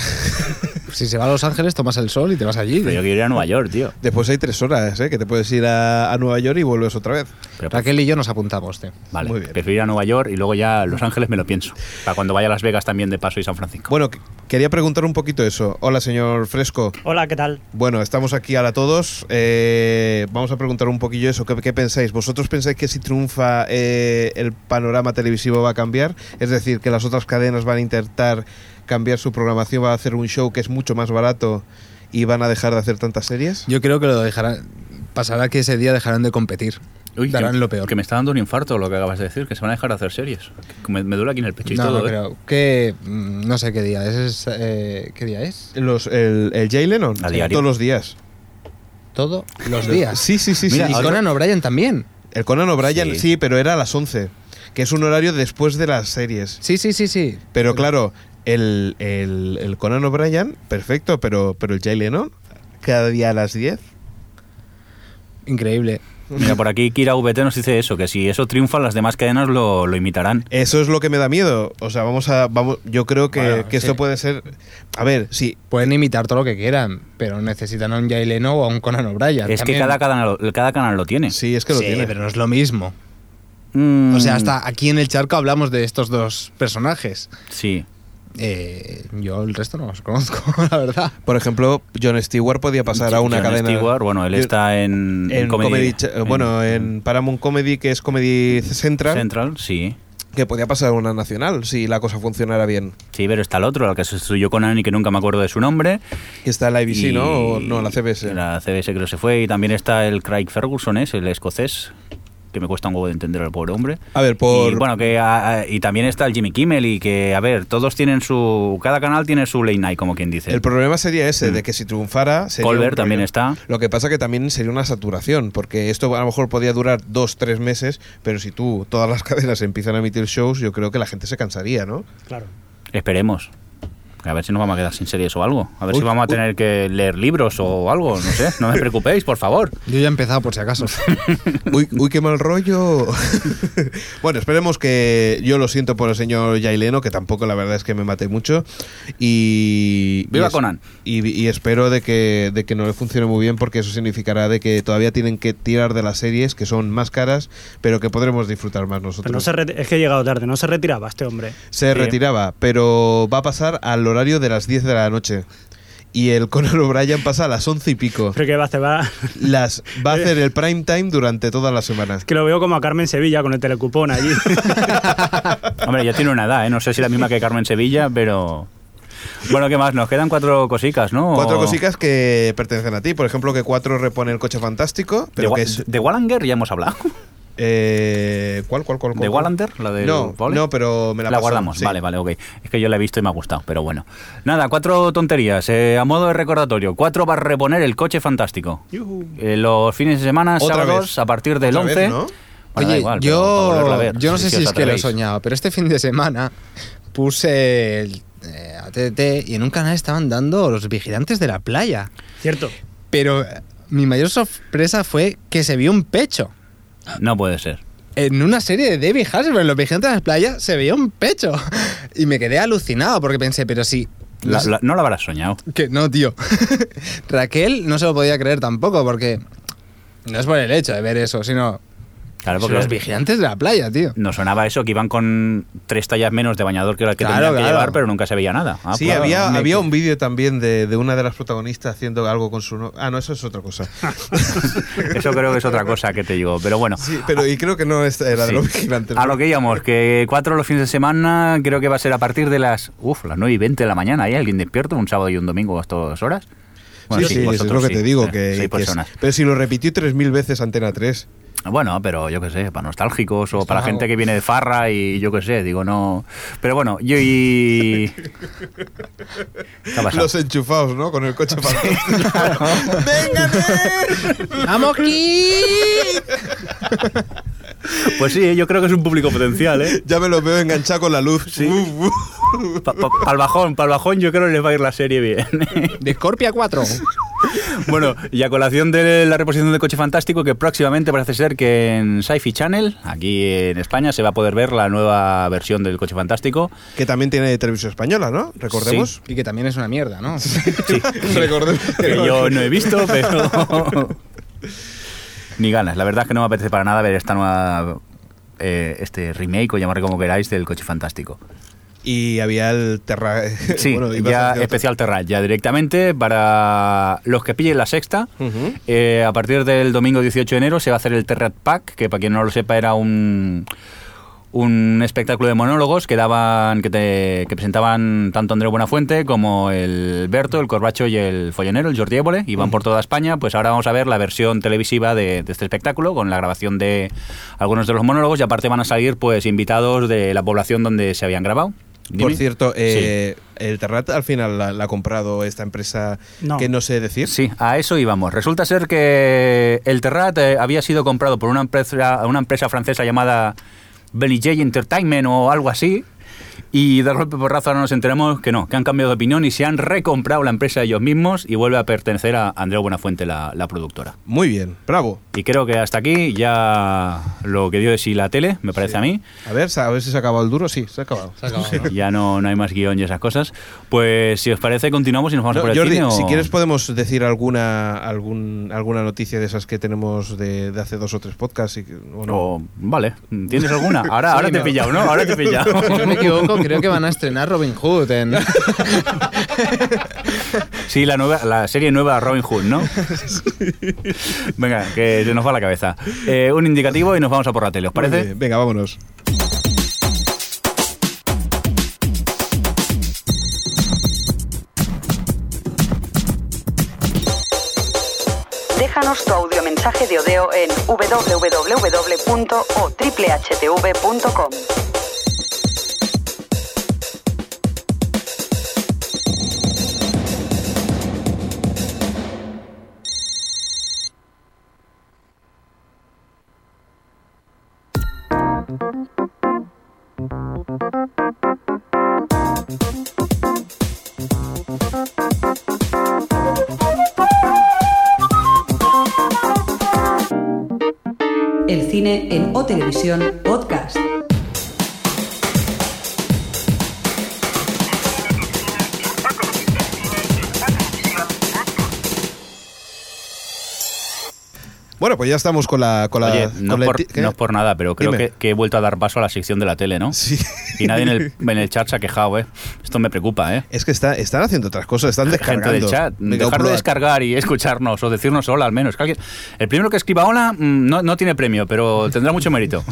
S3: Si se va a Los Ángeles, tomas el sol y te vas allí.
S2: Pero yo quiero ir a Nueva York, tío.
S1: después hay tres horas, ¿eh? que te puedes ir a, a Nueva York y vuelves otra vez.
S2: Pero, pues,
S3: Raquel y yo nos apuntamos, tío.
S2: vale,
S1: muy bien.
S2: prefiero ir a Nueva York y luego ya a Los Ángeles me lo pienso. Para cuando vaya a Las Vegas también de paso y San Francisco.
S1: Bueno, qu- quería preguntar un poquito eso. Hola, señor Fresco.
S5: Hola, ¿qué tal?
S1: Bueno, estamos aquí ahora todos. Eh, vamos a preguntar un poquillo eso. ¿Qué, qué pensáis? ¿Vosotros pensáis que si triunfa eh, el panorama televisivo va a cambiar? Es decir, que las otras cadenas van a intentar cambiar su programación, van a hacer un show que es mucho más barato y van a dejar de hacer tantas series.
S3: Yo creo que lo dejarán. Pasará que ese día dejarán de competir.
S2: Uy,
S3: Darán
S2: que-
S3: lo peor.
S2: Que me está dando un infarto lo que acabas de decir, que se van a dejar de hacer series. Que Me, me duele aquí en el pecho y
S3: no,
S2: todo.
S3: no
S2: ¿eh?
S3: creo. Que. mm, No sé qué día es. es, eh, ¿Qué día es?
S1: Los, el, el Jay Leno,
S2: A diario.
S1: todos los días.
S3: Todo los días.
S1: Sí, sí, sí,
S3: Mira,
S1: sí.
S3: y Conan O'Brien también.
S1: El Conan O'Brien,
S2: Sí.
S1: sí, pero era a las 11, que es un horario después de las series.
S3: Sí, sí, sí, sí.
S1: Pero claro, el, el- el Conan O'Brien, perfecto, pero, pero el Jay Leno, cada día a las 10.
S3: Increíble.
S2: Mira, por aquí Kira VT nos dice eso, que si eso triunfa, las demás cadenas lo, lo imitarán.
S1: Eso es lo que me da miedo. O sea, vamos a. Vamos, yo creo que,
S3: Bueno,
S1: que esto
S3: sí.
S1: puede ser. A ver, sí.
S3: Pueden imitar todo lo que quieran, pero necesitan a un Jay Leno o a un Conan O'Brien.
S2: es que
S3: también.
S2: cada canal, lo- cada canal lo tiene.
S1: Sí, es que lo
S3: sí,
S1: tiene.
S3: pero no es lo mismo.
S2: Mm,
S3: O sea, hasta aquí en el charco hablamos de estos dos personajes.
S2: Sí.
S3: Eh, yo el resto no los conozco, la verdad.
S1: Por ejemplo, John Stewart podía pasar a una
S2: Jon
S1: cadena.
S2: Stewart, bueno, él
S1: Yo-
S2: está en,
S1: en Comedy, Cha- eh, bueno, en Paramount Comedy, que es Comedy Central,
S2: Central, sí.
S1: que podía pasar a una nacional si la cosa funcionara bien.
S2: Sí, pero está el otro, al que sustituyó Conan y que nunca me acuerdo de su nombre.
S1: Que está la IBC,
S2: Y-
S1: ¿no? O, no, la CBS.
S2: La CBS creo que se fue. Y también está el Craig Ferguson, es el escocés, que me cuesta un huevo de entender al pobre hombre.
S1: A ver, por.
S2: Y, bueno, que, ah, ah, y también está el Jimmy Kimmel y que, a ver, todos tienen su... Cada canal tiene su late night, como quien dice.
S1: El problema sería ese,
S2: Mm.
S1: de que si triunfara... Sería
S2: Colbert
S1: un rollo.
S2: también está.
S1: Lo que pasa que también sería una saturación, porque esto a lo mejor podía durar dos, tres meses, pero si tú, todas las cadenas empiezan a emitir shows, yo creo que la gente se cansaría, ¿no?
S5: Claro.
S2: Esperemos. A ver si nos vamos a quedar sin series o algo. A ver
S1: Uy,
S2: si vamos a
S1: uy.
S2: tener que leer libros o algo. No sé, no me preocupéis, por favor.
S3: Yo ya he empezado por si acaso.
S1: Uy, uy, qué mal rollo. bueno, esperemos que... Yo lo siento por el señor Yaileno, que tampoco la verdad es que me maté mucho. Y...
S2: ¡Viva
S1: y es-
S2: Conan!
S1: Y, y espero de que, de que no le funcione muy bien, porque eso significará de que todavía tienen que tirar de las series, que son más caras, pero que podremos disfrutar más nosotros.
S5: Pero Pues no se reti- es que he llegado tarde, no se retiraba este hombre.
S1: Se retiraba, pero va a pasar al horario de las 10 de la noche. Y el Conor O'Brien pasa a las 11 y pico.
S5: Creo que va a hacer, va-
S1: Las, va a hacer el prime time durante toda la semana.
S5: que lo veo como a Carmen Sevilla con el telecupón allí.
S2: Hombre, ya tiene una edad, ¿eh? No sé si la misma que Carmen Sevilla, pero... Bueno, ¿qué más? Nos quedan cuatro cosicas, ¿no?
S1: Cuatro
S2: O-
S1: cositas que pertenecen a ti. Por ejemplo, que cuatro repone el coche fantástico.
S2: De,
S1: Pero que
S2: Wa-
S1: es.
S2: de Wallander ya hemos hablado.
S1: eh, ¿Cuál, cuál, cuál? cuál,
S2: ¿De
S1: cuál?
S2: Wallander? ¿La de
S1: No, no, pero me la pasaron,
S2: guardamos.
S1: sí.
S2: Vale, vale, ok. Es que yo la he visto y me ha gustado, pero bueno. Nada, cuatro tonterías. eh, a modo de recordatorio, cuatro va a reponer el coche fantástico. Eh, los fines de semana,
S1: Otra
S2: sábados,
S1: vez.
S2: a partir del
S1: Otra vez,
S2: 11.
S1: ¿no?
S2: Bueno, da
S3: Oye,
S2: igual, pero para volverla a
S3: yo,
S2: ver,
S3: yo no sé si es
S2: os
S3: que lo he
S2: atrevéis.
S3: soñado, pero este fin de semana puse el eh, ATT y en un canal estaban dando los vigilantes de la playa.
S5: Cierto.
S3: Pero eh, mi mayor sorpresa fue que se vio un pecho.
S2: No puede ser.
S3: En una serie de David Hasselhoff, en Los Vigilantes de la Playa, se veía un pecho. Y me quedé alucinado porque pensé, pero sí.
S2: La- la- no lo habrás soñado.
S3: Que no, tío. Raquel no se lo podía creer tampoco porque no es por el hecho de ver eso, sino
S2: Claro, porque
S3: los vigilantes de la playa, tío.
S2: No sonaba eso, que iban con tres tallas menos de bañador que la que
S3: Claro,
S2: tenían que
S3: claro.
S2: llevar, pero nunca se veía nada. Ah,
S1: sí,
S2: claro.
S1: había,
S3: me-
S1: había un vídeo también de, de una de las protagonistas haciendo algo con su. no- Ah, no, eso es otra cosa.
S2: Eso creo que es otra cosa que te digo. Pero bueno,
S1: Sí, pero y creo que no es la de
S2: Sí.
S1: los vigilantes.
S2: A
S1: ¿no?
S2: lo que íbamos, que cuatro los fines de semana creo que va a ser a partir de las, uf, las 9 y 20 de la mañana. ¿Hay alguien despierto un sábado y un domingo a estas horas?
S1: sí, sí, es lo
S2: vosotros
S1: que
S2: sí,
S1: te digo.
S2: eh,
S1: Que,
S2: seis
S1: que es-
S2: personas.
S1: pero si lo repitió 3.000 veces Antena 3.
S2: Bueno, pero yo qué sé, para nostálgicos o para la
S3: Nostálgico.
S2: gente que viene de farra y yo qué sé, digo, no... Pero bueno, yo y... ¿Qué ha pasado?
S1: Los enchufados, ¿no? Con el coche para.
S3: ¡Vamos aquí!
S2: Pues sí, yo creo que es un público potencial, ¿eh?
S1: ya me los veo enganchado con la luz.
S2: Sí.
S1: Uh, uh.
S2: Para bajón, para bajón yo creo que les va a ir la serie bien.
S3: De Scorpia 4.
S2: bueno, y a colación de la reposición de Coche Fantástico, que próximamente parece ser que en Sci-Fi Channel, aquí en España, se va a poder ver la nueva versión del Coche Fantástico.
S1: Que también tiene televisión española, ¿no? Recordemos.
S3: Y que también es una mierda, ¿no?
S2: Sí,
S1: Recordemos.
S2: que yo no he visto, pero... Ni ganas, la verdad es que no me apetece para nada ver esta nueva... eh, este remake o llamarle como queráis del coche fantástico.
S1: Y había el Terra.
S2: Sí,
S1: bueno, ibas a
S2: ya
S1: decir otra.
S2: especial Terral, ya directamente para los que pillen la sexta.
S1: Ujú.
S2: Eh, a partir del domingo 18 de enero se va a hacer el Terrat Pack, que para quien no lo sepa era un un espectáculo de monólogos que daban que, te- que presentaban tanto Andreu Buenafuente como el Berto, el Corbacho y el Follonero, el Jordi Évole, iban por toda España, pues ahora vamos a ver la versión televisiva de, de este espectáculo con la grabación de algunos de los monólogos y aparte van a salir pues invitados de la población donde se habían grabado.
S1: Por
S2: Dime.
S1: cierto,
S2: Sí.
S1: eh, el Terrat al final la, la ha comprado esta empresa
S5: No.
S1: que no sé decir.
S2: Sí, a eso íbamos. Resulta ser que el Terrat eh, había sido comprado por una empresa, una empresa francesa llamada J Entertainment o algo así. Y de golpe porrazo ahora nos enteramos que no, que han cambiado de opinión y se han recomprado la empresa ellos mismos y vuelve a pertenecer a Andreu Buenafuente, la, la productora.
S1: Muy bien, bravo.
S2: Y creo que hasta aquí ya lo que dio de sí la tele, me parece a mí.
S1: A ver, a ver si se ha acabado el duro. Sí, se ha acabado.
S2: Ya no, no hay más guión y esas cosas. Pues si os parece, continuamos y nos vamos
S1: No,
S2: a por el
S1: Jordi,
S2: cine, o-
S1: si quieres podemos decir alguna algún, alguna noticia de esas que tenemos de, de hace dos o tres podcasts. y que- o no.
S2: o- Pues, vale, ¿tienes alguna? Ahora,
S3: Sí,
S2: ahora te he
S3: no.
S2: pillado, ¿no? Ahora te he pillado.
S3: Si no me equivoco, creo que van a estrenar Robin Hood en...
S2: Sí, la, nueva, la serie nueva Robin Hood, ¿no? Venga, que se nos va la cabeza. Eh, un indicativo y nos vamos a por la tele, ¿os
S1: Muy
S2: parece?
S1: bien, Venga, vámonos.
S4: Déjanos tu audiomensaje de Odeo en www.otriplehtv.com. El cine en O Televisión Podcast.
S1: Bueno, pues ya estamos con la... Con la
S2: Oye,
S1: con
S2: no,
S1: la
S2: por,
S1: enti- ¿qué?
S2: no es por nada, pero creo
S1: Dime.
S2: que, que he vuelto a dar paso a la sección de la tele, ¿no?
S1: Sí.
S2: Y nadie en el, en el chat se ha quejado, ¿eh? Esto me preocupa, ¿eh?
S1: Es que está- están haciendo otras cosas, están descargando.
S2: Gente del chat,
S1: Venga,
S2: dejar de
S1: upload.
S2: descargar y escucharnos o decirnos hola al menos. Que alguien- El primero que escriba hola mm, no, no tiene premio, pero tendrá mucho mérito.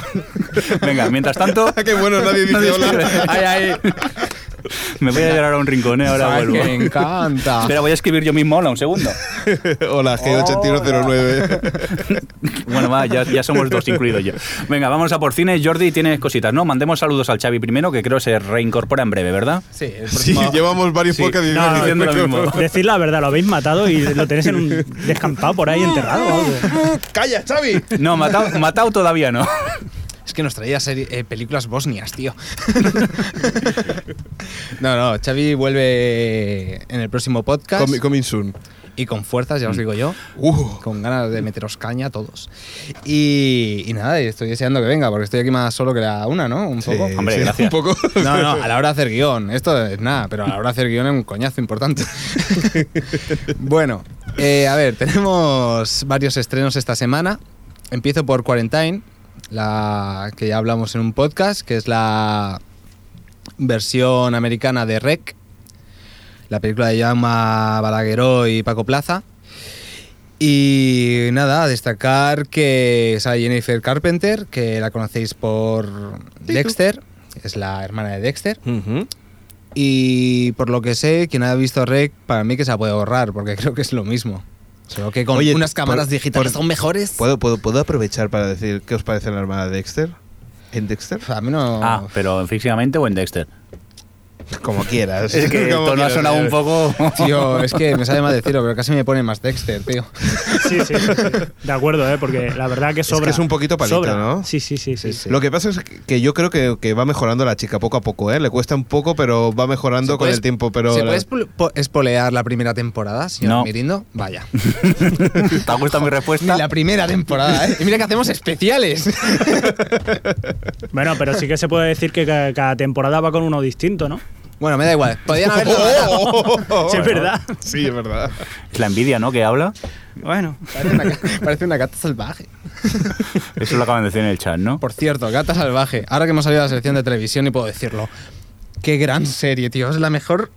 S2: Venga, mientras tanto...
S1: Qué bueno, nadie dice
S2: nadie
S1: hola.
S2: escribe. Ay, ay. Me voy a llorar a un rincón, ¿eh? Ahora
S3: Ay, que
S2: vuelvo.
S3: me encanta.
S2: Espera, voy a escribir yo mismo hola, un segundo.
S1: Hola, G8109.
S2: Bueno, va, ya, ya somos dos, incluido yo. Venga, vamos a por cine. Jordi, tienes cositas, ¿no? Mandemos saludos al Xavi primero, que creo se reincorpora en breve, ¿verdad?
S3: Sí, el
S1: Sí,
S3: próximo-
S1: llevamos varios
S2: Sí.
S1: podcasts
S2: No,
S1: diciendo-
S2: diciendo lo mismo.
S5: Decid la verdad, lo habéis matado y lo tenéis en un descampado por ahí enterrado. o algo.
S1: ¡Calla, Xavi!
S2: No, matado, matado todavía no.
S3: Es que nos traía serie- eh, películas bosnias, tío. no, no, Xavi vuelve en el próximo podcast
S1: Comi- Coming soon.
S3: y con fuerzas, ya os digo yo.
S1: Uh,
S3: Con ganas de meteros caña a todos. Y, y nada, y estoy deseando que venga, porque estoy aquí más solo que la una, ¿no? Un poco.
S1: sí,
S2: Hombre,
S1: sí,
S2: gracias.
S1: Un poco.
S3: No, no, a la hora de hacer guión. Esto es nada, pero a la hora de hacer guión es un coñazo importante. bueno, eh, a ver, tenemos varios estrenos esta semana. Empiezo por Quarantine, la que ya hablamos en un podcast, que es la versión americana de Rec, la película de Llama Balagueró y Paco Plaza. Y nada, a destacar que sale Jennifer Carpenter, que la conocéis por Dexter, es la hermana de Dexter.
S1: Ujú.
S3: Y por lo que sé, quien ha visto Rec, para mí que se la puede ahorrar, porque creo que es lo mismo. Solo que con
S1: Oye,
S3: unas
S1: por-
S3: cámaras digitales
S1: por-
S3: son mejores.
S1: ¿Puedo, puedo, puedo aprovechar para decir qué os parece la hermana de Dexter? ¿En Dexter?
S3: A mí no.
S2: Ah, pero físicamente o en Dexter.
S1: Como quieras.
S2: Es que el
S1: Como
S2: tono ha
S1: quieras,
S2: sonado
S1: tío.
S2: un poco.
S3: Tío, es que me sabe mal decirlo, pero casi me pone más Dexter, tío.
S5: Sí, sí, sí, sí. De acuerdo, ¿eh? porque la verdad que sobra.
S1: que es un poquito palito,
S5: sobra.
S1: ¿no?
S5: Sí, sí, sí. sí.
S1: Lo que pasa es que yo creo que, que va mejorando la chica poco a poco, ¿eh? Le cuesta un poco, pero va mejorando
S3: ¿Se
S1: con
S3: puede-
S1: el tiempo. Pero
S3: ¿Se puede espo- po- espolear la primera temporada, señor
S2: No.
S3: Mirindo? Vaya.
S2: ¿Te ha gustado mi
S3: Ni
S2: respuesta?
S3: la primera temporada, ¿eh? Y mira que hacemos especiales.
S5: Bueno, pero sí que se puede decir que ca- cada, temporada va con uno distinto, ¿no?
S3: Bueno, me da igual. Podrían haber.
S1: Oh.
S5: Sí, es verdad.
S1: Sí, es verdad.
S2: Es la envidia, ¿no? Que habla.
S5: Bueno.
S3: Parece una, ga- parece una gata salvaje.
S2: Eso lo acaban de decir en el chat, ¿no?
S3: Por cierto, gata salvaje. Ahora que hemos salido a la selección de televisión y puedo decirlo. Qué gran serie, tío. Es la mejor.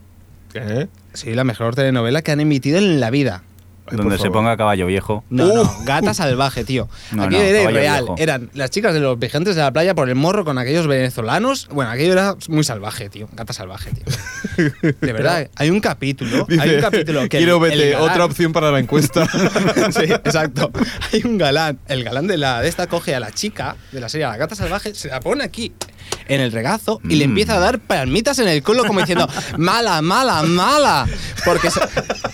S3: Sí, la mejor telenovela que han emitido en la vida.
S2: Donde se ponga caballo viejo.
S3: No, no, gata salvaje, tío.
S2: No,
S3: Aquí
S2: no,
S3: era
S2: caballo
S3: real.
S2: viejo.
S3: Eran las chicas de los vigilantes de la playa por el morro con aquellos venezolanos. Bueno, aquello era muy salvaje, tío. Gata salvaje, tío. De verdad, hay un capítulo. hay un capítulo que. el-
S1: Quiero
S3: el
S1: vete,
S3: galán-
S1: otra opción para la encuesta.
S3: sí, exacto. Hay un galán. El galán de la de esta coge a la chica de la serie La Gata Salvaje, se la pone aquí en el regazo y le
S2: Mm.
S3: empieza a dar palmitas en el culo como diciendo mala, mala, mala. Porque se-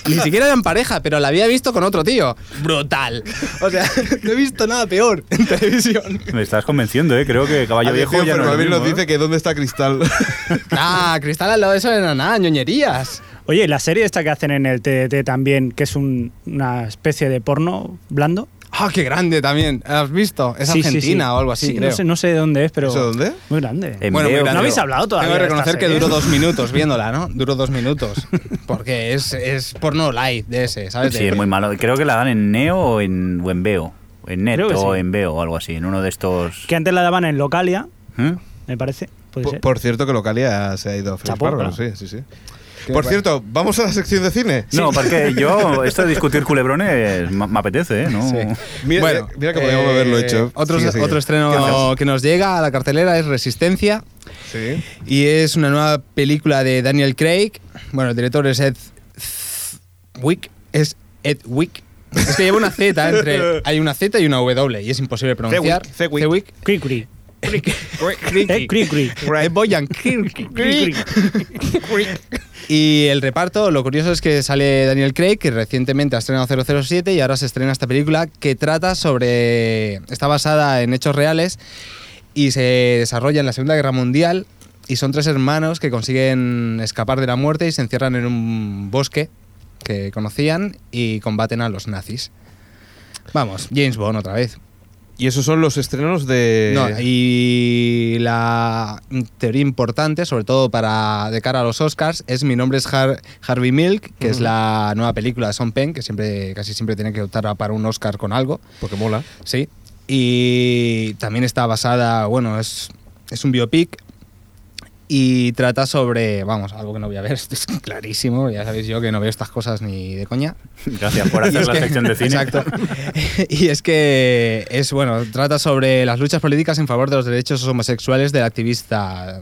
S3: ni siquiera eran pareja, pero la había visto con otro tío. Brutal. O sea, no he visto nada peor en televisión.
S2: Me estás convenciendo, ¿eh? Creo que caballo viejo
S1: Atención,
S2: ya no es
S1: Fermabel
S2: el
S1: nos
S2: mismo,
S1: dice
S2: ¿eh?
S1: que dónde está Cristal.
S3: Ah, Cristal al lado de eso era nada, ñoñerías.
S5: Oye, ¿y la serie esta que hacen en el TDT también, que es un- una especie de porno blando.
S3: Ah, qué grande también. ¿Has visto? Es
S5: Sí, sí,
S3: Argentina
S5: sí.
S3: o algo así,
S5: Sí,
S3: creo. Eh,
S5: No sé, no sé de dónde es, pero.
S1: ¿Eso dónde?
S5: Muy grande.
S2: En
S3: Bueno,
S2: Veo,
S3: mira,
S5: no
S2: creo.
S5: habéis hablado todavía.
S3: Tengo que
S5: de esta
S3: reconocer que
S5: serie.
S3: duró dos minutos viéndola, ¿no? Duró dos minutos. Porque es, es porno light de ese, ¿sabes?
S2: Sí,
S3: De-
S2: es muy malo. Creo que la dan en Neo o en, o en Veo. En Net
S5: Creo que
S2: o
S5: sí.
S2: en Veo o algo así. En uno de estos.
S5: Que antes la daban en Localia,
S2: ¿Eh?
S5: me parece. Puede
S1: Por,
S5: ser.
S1: por cierto, que Localia se ha ido a Feliz
S5: Chapo,
S1: Bárbaro, sí,
S5: claro.
S1: sí, sí.
S3: Qué
S1: Por
S3: guay.
S1: cierto, ¿vamos a la sección de cine?
S2: No, porque yo, esto de discutir culebrones me, me apetece, ¿eh? No.
S3: Sí.
S1: Mira- mira que podríamos haberlo hecho.
S3: eh, Otro,
S1: Sigue, sigue.
S3: otro
S1: ¿Qué
S3: estreno
S1: hacemos?
S3: que nos llega a la cartelera es Resistencia
S1: Sí.
S3: y es una nueva película de Daniel Craig. Bueno, el director es Ed Wick. Es Ed Wick. Es que lleva una Z entre. Hay una Z y una W y es imposible pronunciar.
S1: Zewick.
S3: Zewick.
S5: Cri, cri. Eh,
S3: Crick.
S5: cri, cri.
S3: Es Boyan Crick. Y el reparto, lo curioso es que sale Daniel Craig, que recientemente ha estrenado 007 y ahora se estrena esta película que trata sobre... está basada en hechos reales y se desarrolla en la Segunda Guerra Mundial y son tres hermanos que consiguen escapar de la muerte y se encierran en un bosque que conocían y combaten a los nazis. Vamos, James Bond otra vez.
S1: Y esos son los estrenos de.
S3: No, y la teoría importante, sobre todo para de cara a los Oscars, es Mi nombre es Har- Harvey Milk, que es la nueva película de Sean Penn, que siempre, casi siempre tiene que optar a- para un Oscar con algo,
S1: Porque mola.
S3: sí. Y también está basada, bueno, es, es un biopic y trata sobre, vamos, algo que no voy a ver, esto es clarísimo, ya sabéis yo que no veo estas cosas ni de coña.
S2: Gracias por
S3: Y
S2: hacer
S3: es
S2: la
S3: que-
S2: sección de cine.
S3: Exacto. Y es que es bueno, trata sobre las luchas políticas en favor de los derechos homosexuales del activista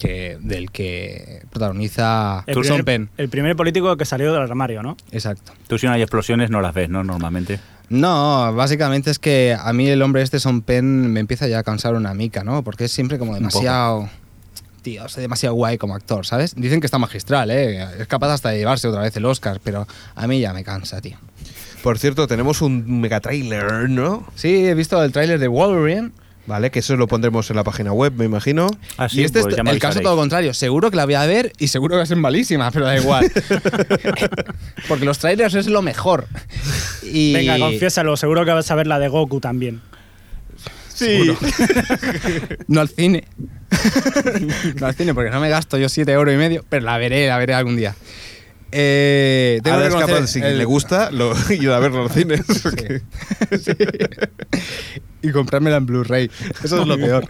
S3: que del que protagoniza
S5: El
S3: Sean
S5: primer,
S3: Penn.
S5: el primer político que salió del armario, ¿no?
S3: Exacto.
S2: Tú si no hay explosiones no las ves, ¿no? Normalmente.
S3: No, básicamente es que a mí el hombre este Son Penn me empieza ya a cansar una mica, ¿no? Porque es siempre como
S2: poco.
S3: demasiado tío, es demasiado guay como actor, ¿sabes? Dicen que está magistral, ¿eh? Es capaz hasta de llevarse otra vez el Oscar, pero a mí ya me cansa, tío.
S1: Por cierto, tenemos un mega trailer, ¿no?
S3: Sí, he visto el tráiler de Wolverine
S1: Vale, que eso lo pondremos en la página web, me imagino.
S2: Ah, sí,
S3: y este
S2: pues
S3: es
S2: ya me
S3: el caso
S2: avisaréis.
S3: todo contrario. Seguro que la voy a ver y seguro que va a ser malísima, pero da igual. Porque los trailers es lo mejor. Y
S5: Venga, confiésalo, seguro que vas a ver la de Goku también.
S1: Sí.
S3: No al cine. no al cine, porque no me gasto yo 7 euros y medio, pero la veré, la veré algún día. Eh, tengo
S1: Ahora
S3: que
S1: es
S3: reconocer
S1: capaz, si
S3: el-
S1: le gusta, lo, ir a verlo en los cines.
S3: y comprármela en Blu-ray. Eso es lo peor.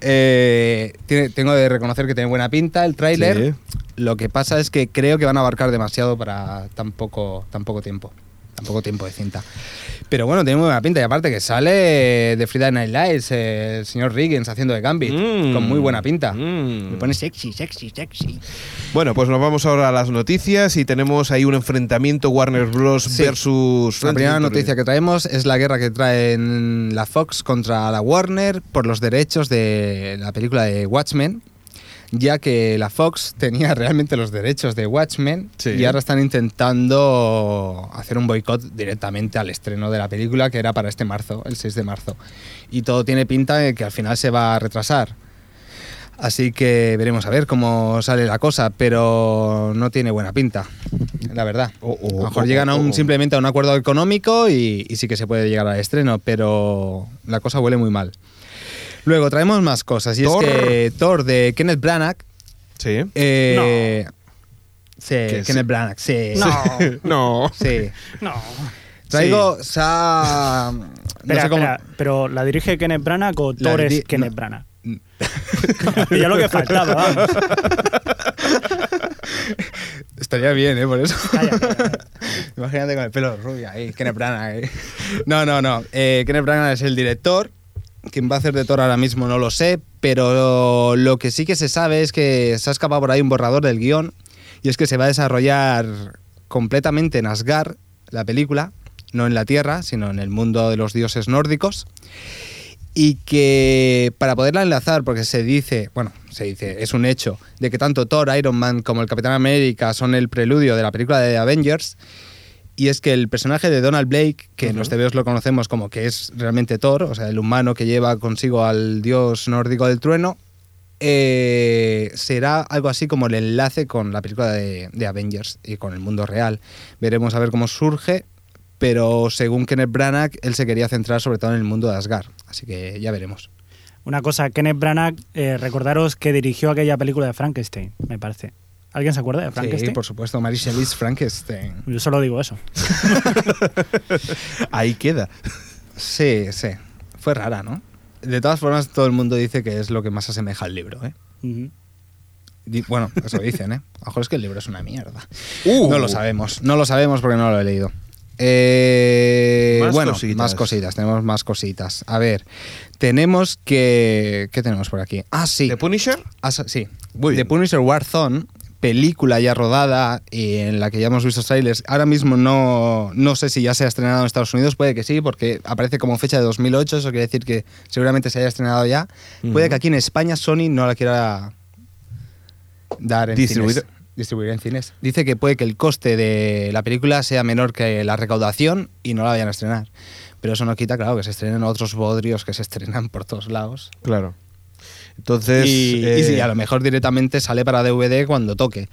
S3: Eh, tiene- tengo de reconocer que tiene buena pinta el tráiler. Lo que pasa es que creo que van a abarcar demasiado para tan poco, tan poco tiempo. Tan poco tiempo de cinta. Pero bueno, tiene muy buena pinta. Y aparte que sale de Friday Night Lights eh, el señor Riggins haciendo de Gambit.
S1: Mm.
S3: con muy buena pinta.
S1: Mm.
S3: Me pone sexy, sexy, sexy.
S1: Bueno, pues nos vamos ahora a las noticias y tenemos ahí un enfrentamiento Warner Bros.
S3: Sí.
S1: versus.
S3: La primera noticia que traemos es la guerra que traen la Fox contra la Warner por los derechos de la película de Watchmen. ya que la Fox tenía realmente los derechos de Watchmen
S1: Sí.
S3: y ahora están intentando hacer un boicot directamente al estreno de la película que era para este marzo, el 6 de marzo. Y todo tiene pinta de que al final se va a retrasar. Así que veremos a ver cómo sale la cosa, pero no tiene buena pinta, la verdad.
S1: Oh, oh,
S3: a lo mejor
S1: oh,
S3: llegan a un,
S1: oh.
S3: simplemente a un acuerdo económico y, y sí que se puede llegar al estreno, pero la cosa huele muy mal. Luego traemos más cosas, y
S1: Thor.
S3: es que Thor de Kenneth Branagh.
S1: Sí.
S3: eh, Sí,
S1: Que
S3: Kenneth
S1: sí.
S3: Branagh, sí.
S1: No.
S3: Sí.
S5: No.
S3: Traigo. o sea, no
S5: Espera,
S3: sé cómo-
S5: espera, pero ¿la dirige Kenneth Branagh o
S3: La
S5: Thor es
S3: diri-
S5: Kenneth
S3: no.
S5: Branagh? ya lo que faltaba, vamos.
S3: Estaría bien, ¿eh? Por eso.
S5: Calla, calla, calla.
S3: Imagínate con el pelo rubio ahí, Kenneth Branagh. ahí. No, no, no. Eh, Kenneth Branagh es el director. Quien va a hacer de Thor ahora mismo no lo sé, pero lo que sí que se sabe es que se ha escapado por ahí un borrador del guión y es que se va a desarrollar completamente en Asgard la película, no en la Tierra, sino en el mundo de los dioses nórdicos y que para poderla enlazar, porque se dice, bueno, se dice, es un hecho, de que tanto Thor, Iron Man como el Capitán América son el preludio de la película de Avengers, y es que el personaje de Donald Blake, que en los TVOs lo conocemos como que es realmente Thor, o sea, el humano que lleva consigo al dios nórdico del trueno, eh, será algo así como el enlace con la película de, de Avengers y con el mundo real. Veremos a ver cómo surge, pero según Kenneth Branagh, él se quería centrar sobre todo en el mundo de Asgard, así que ya veremos.
S5: Una cosa, Kenneth Branagh, eh, recordaros que dirigió aquella película de Frankenstein, me parece. ¿Alguien se acuerda de Frankenstein?
S3: Sí, por supuesto, Mary Shelley's Frankenstein.
S5: Yo solo digo eso.
S1: Ahí queda.
S3: Sí, sí. Fue rara, ¿no? De todas formas, todo el mundo dice que es lo que más asemeja al libro, ¿eh?
S5: Ujú.
S3: Di- Bueno, eso dicen, ¿eh? A lo mejor es que el libro es una mierda.
S1: Uh.
S3: No lo sabemos, no lo sabemos porque no lo he leído. Eh,
S1: Más
S3: bueno,
S1: cositas.
S3: más cositas, tenemos más cositas. A ver, tenemos que... ¿Qué tenemos por aquí? Ah, sí.
S1: ¿The Punisher?
S3: Asa- sí.
S1: Muy
S3: The
S1: bien.
S3: Punisher Warzone, película ya rodada y en la que ya hemos visto trailers. Ahora mismo no, no sé si ya se ha estrenado en Estados Unidos, puede que sí, porque aparece como fecha de 2008, eso quiere decir que seguramente se haya estrenado ya. Puede que aquí en España Sony no la quiera dar en
S1: Distribuir.
S3: cines. Distribuir en cines. Dice que puede que el coste de la película sea menor que la recaudación y no la vayan a estrenar. Pero eso no quita, claro, que se estrenen otros bodrios que se estrenan por todos lados.
S1: Claro. Entonces.
S3: Y,
S1: eh,
S3: y sí, a lo mejor directamente sale para DVD cuando toque.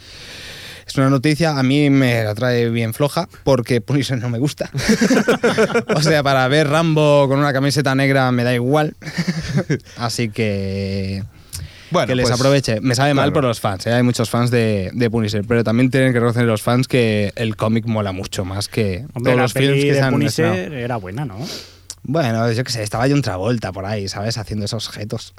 S3: Es una noticia, a mí me la trae bien floja porque Punisher no me gusta. o sea, para ver Rambo con una camiseta negra me da igual. Así que
S1: bueno,
S3: que les
S1: pues,
S3: aproveche. Me sabe mal
S1: claro.
S3: por los fans, ¿eh? hay muchos fans de, de Punisher, pero también tienen que reconocer los fans que el cómic mola mucho más que
S5: Hombre,
S3: todos
S5: la
S3: los
S5: peli
S3: films que
S5: de
S3: se han
S5: Punisher
S3: estrenado.
S5: era buena, ¿no?
S3: Bueno, yo qué sé, estaba yo en Travolta por ahí, ¿sabes? Haciendo esos objetos.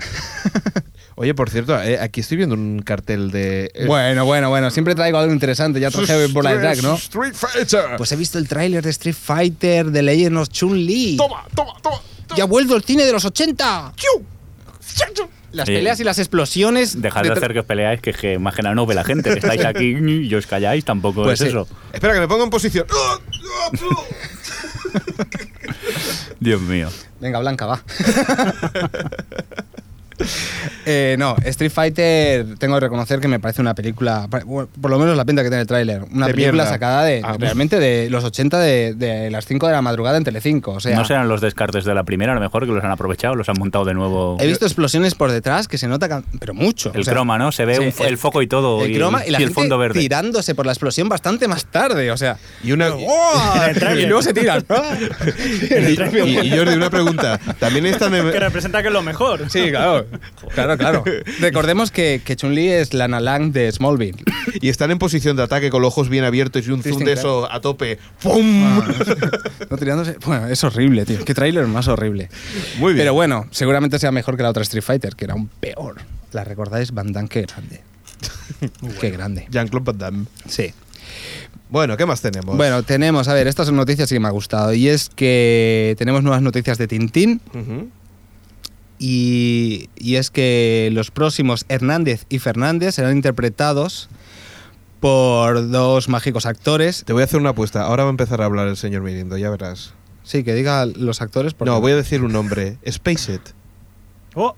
S1: Oye, por cierto, eh, aquí estoy viendo un cartel de. eh,
S3: Bueno, bueno, bueno, siempre traigo algo interesante, ya traje por la de track, ¿no?
S1: Street Fighter.
S3: Pues he visto el tráiler de Street Fighter, de Legend of Chun-Li.
S1: toma, toma, toma. toma.
S3: ¡Ya ha vuelto el cine de los 80!
S1: ¡Chiu! ¡Chacho!
S3: Las
S2: Sí.
S3: peleas y las explosiones.
S2: Dejad de
S3: tra-
S2: hacer que os peleáis, que, es que más que nada no ve la gente. Que estáis aquí y os calláis, tampoco
S3: Pues
S2: es
S3: sí.
S2: eso.
S1: Espera, que me pongo en posición.
S2: Dios mío.
S3: Venga, Blanca, va. Eh, no, Street Fighter, tengo que reconocer que me parece una película, por por lo menos la pinta que tiene el tráiler, una
S1: De
S3: película
S1: mierda.
S3: sacada de
S1: Ah.
S3: realmente de los 80 de, de las 5 de la madrugada en Telecinco, o sea,
S2: no serán los descartes de la primera, a lo mejor que los han aprovechado, los han montado de nuevo.
S3: he visto explosiones por detrás que se nota, que han- pero mucho.
S2: El
S3: o sea,
S2: croma, ¿no? Se ve
S3: sí,
S2: un fo- el, foco y todo.
S3: el croma y la
S2: el
S3: gente
S2: fondo verde.
S3: tirándose por la explosión bastante más tarde, o sea.
S1: Y una.
S3: ¡oh!
S5: En el tráiler.
S3: y luego se tiran.
S1: Y, y- y Jordi, una pregunta. También están en-
S5: Que representa que es lo mejor.
S3: sí, claro. Claro, claro. Recordemos que, que Chun-Li es Lana Lang de Smallville.
S1: y están en posición de ataque con los ojos bien abiertos y un zoom de eso a tope. ¡Pum!
S3: Ah. No tirándose. Bueno, es horrible, tío. Qué tráiler más horrible.
S1: Muy bien.
S3: Pero bueno, seguramente sea mejor que la otra Street Fighter, que era un peor. La recordáis, Van Damme, qué grande. Qué grande.
S1: Jean-Claude Van Damme.
S3: Sí.
S1: Bueno, ¿qué más tenemos?
S3: Bueno, tenemos, a ver, estas son noticias que me ha gustado. Y es que tenemos nuevas noticias de Tintín.
S1: Ujú.
S3: Y, y es que los próximos Hernández y Fernández serán interpretados por dos mágicos actores.
S1: Te voy a hacer una apuesta. Ahora va a empezar a hablar el señor Mirindo, ya verás.
S3: Sí, que diga los actores. porque-
S1: No, voy a decir un nombre. Spacet.
S5: Oh,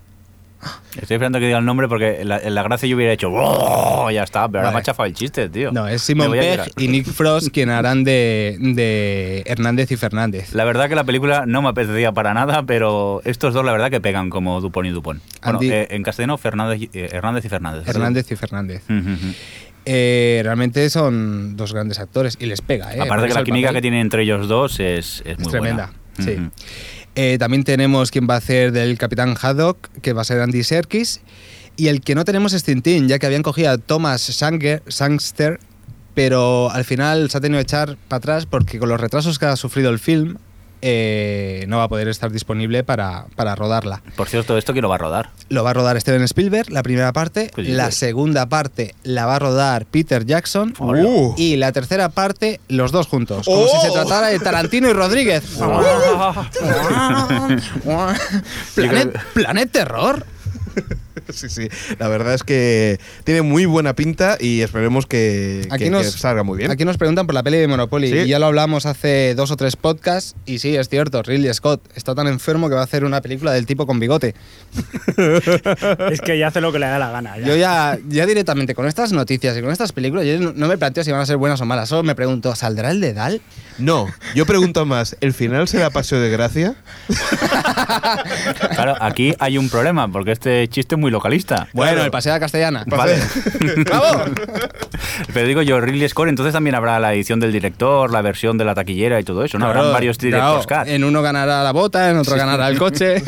S2: Estoy esperando que diga el nombre porque en la, en la gracia yo hubiera hecho "Buah", ya está, pero ahora
S3: Vale.
S2: me ha chafado el chiste, tío.
S3: No, es
S2: Me
S3: Simon
S2: voy a llorar.
S3: Pegg y Nick Frost quien harán de, de Hernández y Fernández.
S2: La verdad que la película no me apetecía para nada, pero estos dos la verdad que pegan como Dupont y Dupont. Bueno,
S3: Andy-
S2: eh, en castellano Fernández, y- eh, Hernández y Fernández.
S3: Hernández y Fernández.
S2: Ujú, ujú.
S3: Eh, realmente son dos grandes actores y les pega, ¿eh?
S2: Aparte que
S3: Ponerse
S2: la
S3: el
S2: química
S3: papel
S2: que tienen entre ellos dos es, es muy
S3: es tremenda.
S2: buena.
S3: Sí.
S2: Ujú.
S3: Eh, también tenemos quien va a hacer del Capitán Haddock, que va a ser Andy Serkis. Y el que no tenemos es Tintín, ya que habían cogido a Thomas Sanger, Sangster, pero al final se ha tenido que echar para atrás porque con los retrasos que ha sufrido el film eh, no va a poder estar disponible para, para rodarla.
S2: Por cierto, esto quiero va a rodar.
S3: Lo va a rodar Steven Spielberg, la primera parte.
S2: Pues sí,
S3: la
S2: pues.
S3: segunda parte la va a rodar Peter Jackson.
S1: Uh.
S3: Y la tercera parte, los dos juntos. Como
S1: Oh.
S3: si se tratara de Tarantino y Rodríguez. Ah. Planet, Planet Terror.
S1: Sí, sí. La verdad es que tiene muy buena pinta y esperemos que, que- que salga muy bien.
S3: Aquí nos preguntan por la peli de Monopoly.
S1: Sí.
S3: Y ya lo hablamos hace dos o tres podcasts. Y sí, es cierto, Ridley Scott está tan enfermo que va a hacer una película del tipo con bigote.
S5: Es que ya hace lo que le da la gana. ya.
S3: Yo ya, ya directamente con estas noticias y con estas películas, yo no, no me planteo si van a ser buenas o malas. Solo me pregunto, ¿saldrá el de Dal?
S1: No, yo pregunto más, ¿el final será paseo de gracia?
S2: Claro, aquí hay un problema, porque este chiste es muy localista.
S3: Bueno,
S1: Claro.
S3: el paseo a la castellana.
S2: Vale.
S3: ¡Bravo!
S2: Pero digo yo, Ridley Score, entonces también habrá la edición del director, la versión de la taquillera y todo eso, ¿no? Habrán
S3: Claro,
S2: varios
S3: claro,
S2: directors cut.
S3: En uno ganará la bota, en otro ganará el coche.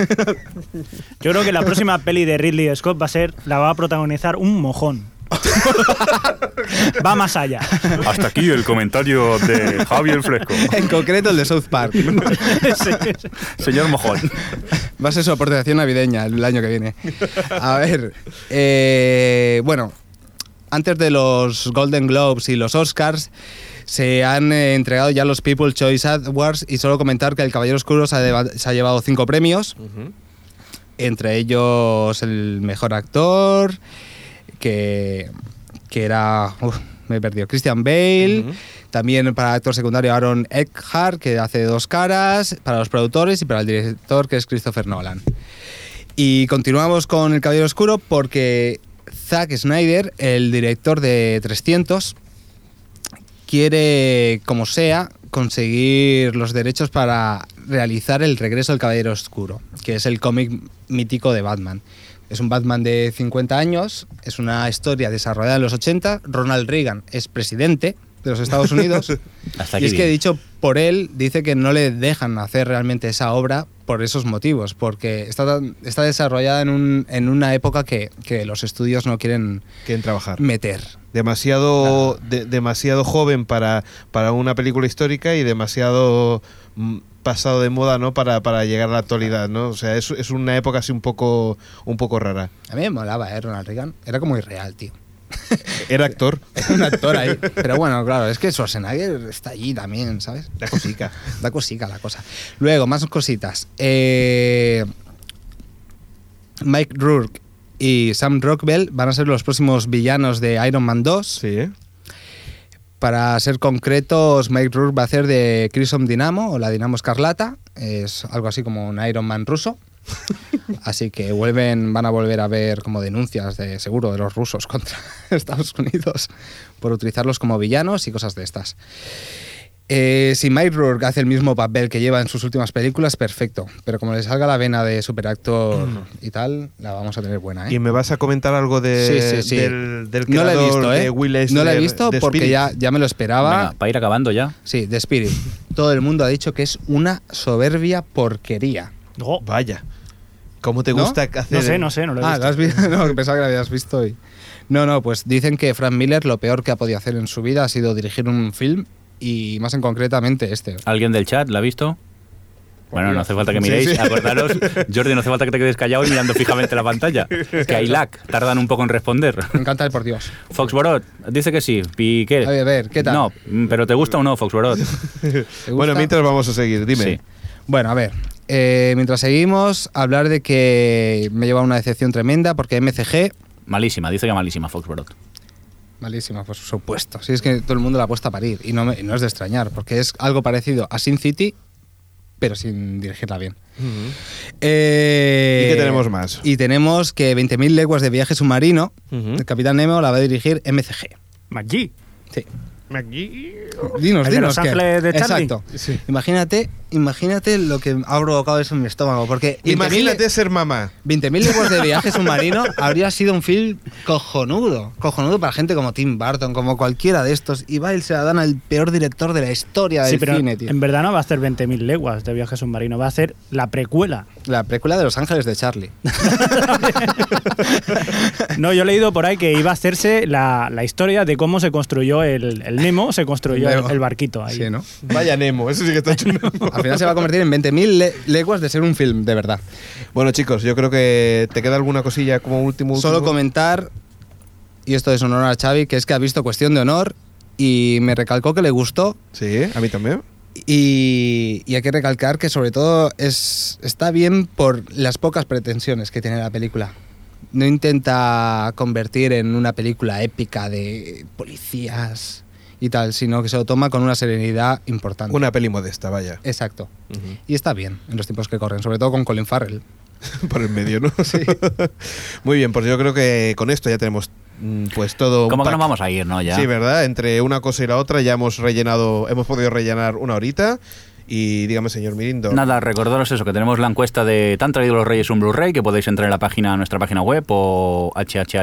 S5: Yo creo que la próxima peli de Ridley Scott va a ser, la va a protagonizar un mojón. va más allá.
S2: Hasta aquí el comentario de Javier Fresco.
S3: en concreto el de South Park.
S5: Sí, sí.
S2: Señor Mojón.
S3: Va a ser su aportación navideña el año que viene. A ver, eh, bueno, antes de los Golden Globes y los Oscars, se han eh, entregado ya los People's Choice Awards y solo comentar que El Caballero Oscuro se ha, deba- se ha llevado cinco premios, entre ellos el mejor actor, que, que era... uf, me he perdido. Christian Bale, también para actor secundario Aaron Eckhart, que hace dos caras, para los productores y para el director, que es Christopher Nolan. Y continuamos con El Caballero Oscuro porque Zack Snyder, el director de 300, quiere, como sea, conseguir los derechos para realizar el regreso del Caballero Oscuro, que es el cómic mítico de Batman. Es un Batman de 50 años, es una historia desarrollada en los 80. Ronald Reagan es presidente de los Estados Unidos.
S2: Hasta aquí
S3: y es que
S2: bien.
S3: dicho por él, dice que no le dejan hacer realmente esa obra por esos motivos, porque está, tan- está desarrollada en, un- en una época que, que los estudios no quieren
S1: Quieren trabajar.
S3: meter.
S1: Demasiado, de- demasiado joven para, para una película histórica y demasiado mm, pasado de moda, ¿no? Para, para llegar a la actualidad, ¿no? O sea, es, es una época así un poco, un poco rara.
S3: A mí me molaba, ¿eh? Ronald Reagan. Era como irreal, tío.
S1: Era actor.
S3: Era un actor ahí. Pero bueno, claro, es que Schwarzenegger está allí también, ¿sabes?
S1: La cosica.
S3: Da cosica la cosa. Luego, más cositas. Eh, Mike Rourke y Sam Rockwell van a ser los próximos villanos de Iron Man 2.
S1: Sí, ¿eh?
S3: Para ser concretos, Mike Rourke va a hacer de Crimson Dynamo o la Dinamo Escarlata. Es algo así como un Iron Man ruso. Así que vuelven, van a volver a ver como denuncias de seguro de los rusos contra Estados Unidos por utilizarlos como villanos y cosas de estas. Eh, si Mike Rourke hace el mismo papel que lleva en sus últimas películas, perfecto. Pero como le salga la vena de superactor y tal, la vamos a tener buena. ¿eh?
S1: Mm. Y me vas a comentar algo de,
S3: Sí, sí, sí.
S1: del, del
S3: no la he
S1: creador
S3: visto, ¿eh?
S1: de Will
S3: no la he
S1: Eisner,
S3: visto
S1: de
S3: porque
S1: Spirit.
S3: ya, ya me lo esperaba.
S2: para ir acabando ya.
S3: Sí, The Spirit. Todo el mundo ha dicho que es una soberbia porquería.
S5: No,
S1: Vaya. ¿Cómo te
S3: ¿No?
S1: gusta hacer?
S5: no sé, no sé, no lo he
S3: Ah,
S5: visto.
S3: ¿lo has visto? No, que pensaba que lo habías visto hoy. No, no, pues dicen que Frank Miller lo peor que ha podido hacer en su vida ha sido dirigir un film y más en concretamente este.
S2: ¿Alguien del chat la ha visto? Bueno, no hace falta que
S1: Sí,
S2: miréis,
S1: sí.
S2: acordaros. Jordi, no hace falta que te quedes callado y mirando fijamente la pantalla. Que hay lag, tardan un poco en responder.
S3: Me encanta el por Dios.
S2: Fox Borot dice que sí. Piqué.
S3: A ver, a ver, ¿qué tal?
S2: No, mm, pero ¿te gusta o no, Fox Borot?
S3: ¿Te
S1: Bueno,
S3: gusta?
S1: mientras vamos a seguir, dime.
S2: Sí.
S3: Bueno, a ver. eh, mientras seguimos, hablar de que me lleva una decepción tremenda porque MCG.
S2: Malísima, dice que malísima Fox Borot.
S3: Malísima, por supuesto. Sí, es que todo el mundo la ha puesto a parir y no, me- no es de extrañar porque es algo parecido a Sin City, pero sin dirigirla bien. Eh,
S1: ¿Y qué tenemos más?
S3: Y tenemos que 20.000 leguas de viaje submarino,
S1: Ujú.
S3: el Capitán Nemo la va a dirigir MCG.
S5: Maggi.
S3: Sí.
S1: Aquí.
S3: Dinos,
S5: El de
S3: dinos.
S5: Los
S3: qué.
S5: Ángeles de Charlie.
S3: Exacto. Imagínate, imagínate lo que ha provocado eso en mi estómago, porque 20.000
S1: Imagínate ser mamá.
S3: 20.000 leguas de viaje submarino habría sido un film cojonudo. Cojonudo para gente como Tim Burton, como cualquiera de estos. Y va y se la dan al peor director de la historia
S5: Sí,
S3: del
S5: pero em-
S3: cine, tío.
S5: en verdad no va a hacer 20.000 leguas de viaje submarino, va a hacer la precuela.
S3: La película de Los Ángeles de Charlie.
S5: No, yo he leído por ahí que iba a hacerse la, la historia de cómo se construyó el, el Nemo, se construyó el,
S3: Nemo.
S5: el barquito ahí.
S3: Sí, ¿no?
S1: Vaya Nemo, eso sí que está chulo.
S3: Al final se va a convertir en 20.000 le- leguas de ser un film, de verdad.
S1: bueno, chicos, yo creo que te queda alguna cosilla como último.
S3: Solo
S1: último?
S3: comentar, y esto es honor a Xavi, que es que ha visto Cuestión de Honor y me recalcó que le gustó.
S1: Sí, a mí también.
S3: Y, y hay que recalcar que sobre todo es, está bien por las pocas pretensiones que tiene la película. No intenta convertir en una película épica de policías y tal, sino que se lo toma con una serenidad importante.
S1: Una peli modesta, vaya.
S3: Exacto. Y está bien en los tiempos que corren, sobre todo con Colin Farrell.
S1: Por el medio, ¿no? Muy bien, pues yo creo que con esto ya tenemos mm, pues todo. un
S2: Como que nos
S1: pack.
S2: vamos a ir, ¿no? Ya.
S1: Sí, ¿verdad? Entre una cosa y la otra ya hemos rellenado, hemos podido rellenar una horita. Y dígame, señor Mirindo.
S2: Nada, recordaros eso, que tenemos la encuesta de ¿Tan traído los reyes un Blu-ray? Que podéis entrar en la página, nuestra página web o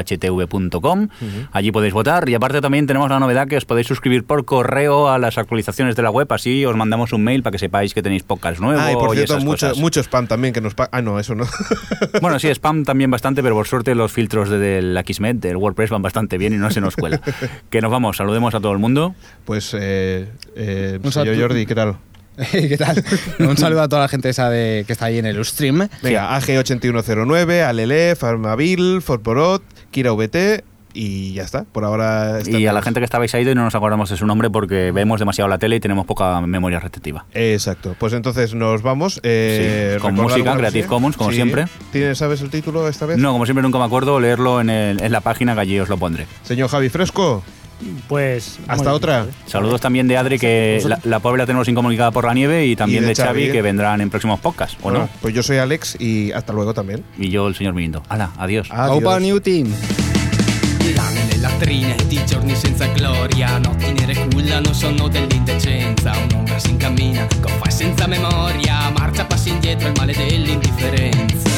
S2: hhhtv.com. Allí podéis votar. Y aparte también tenemos la novedad que os podéis suscribir por correo a las actualizaciones de la web. Así os mandamos un mail para que sepáis que tenéis podcasts nuevos
S1: Ah, y por cierto,
S2: esas
S1: mucho,
S2: cosas.
S1: mucho spam también que nos pa- Ah, no, eso no.
S2: Bueno, sí, spam también bastante, pero por suerte los filtros de- del Akismet, del WordPress, van bastante bien y no se nos cuela. que nos vamos, saludemos a todo el mundo.
S1: pues, eh, eh,
S3: Un
S1: señor
S3: saludo.
S1: Jordi, ¿qué tal?
S3: ¿Qué tal? Un saludo a toda la gente esa de, que está ahí en el Ustream.
S1: Venga, AG8109, Alelef, Armabil, Forporot, KiraVT y ya está. Por ahora está
S2: Y a la
S1: todo.
S2: gente que estabais ahí y no nos acordamos de su nombre porque vemos demasiado la tele y tenemos poca memoria retentiva.
S1: Exacto. Pues entonces nos vamos. eh,
S2: Sí, con
S1: recordar
S2: música,
S1: alguna
S2: Creative
S1: cosilla.
S2: Commons, como
S1: Sí.
S2: siempre.
S1: ¿Tienes, ¿Sabes el título esta vez?
S2: No, como siempre nunca me acuerdo leerlo en, el- en la página que allí os lo pondré.
S1: Señor Javi Fresco,
S5: Pues. muy
S1: hasta
S5: bien.
S1: otra.
S2: Saludos también de Adri, que la, la pobre la tenemos incomunicada por la nieve, y también
S1: Y de
S2: de, Xavi,
S1: Xavi, ¿eh?
S2: que vendrán en próximos podcasts, ¿o
S1: Bueno,
S2: no?
S1: Pues yo soy Alex y hasta luego también.
S2: Y yo, el señor Mirindo. Hala, adiós.
S1: Adiós.
S3: Opa New Team.
S6: Lame nella latrine di giorni senza gloria Notti nere cullano, sonno dell'indecenza Un'ombra si incammina, goffa e senza memoria Marcia passi indietro, il male dell'indifferenza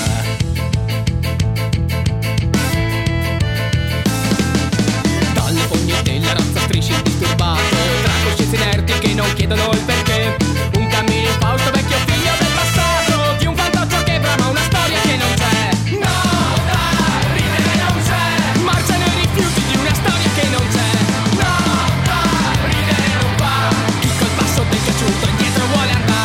S6: Dalla fogna della razza strisci il disturbato Tra coscienze inerti che non chiedono il perché Un cammino infausto vecchio figlio del passato Di un vantaggio che brama una storia che non c'è No, dai, ridere non c'è Marcia nei rifiuti di una storia che non c'è No, dai, ridere non fa Chi col passo del piaciuto indietro vuole andare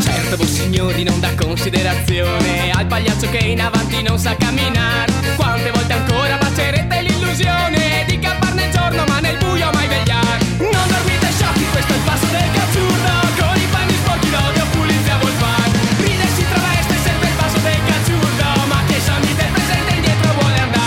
S6: Certo voi signori non dà considerazione Al pagliaccio che in avanti non sa camminare Quante volte ancora bacerete l'illusione Di campar nel giorno ma nel buio mai vegliar Non dormite sciocchi, questo è il passo del cazzurdo Con i panni sporchi d'odio pulizia vuol far Ride e si traveste sempre il passo del cazzurdo Ma che sogni del presente indietro vuole andare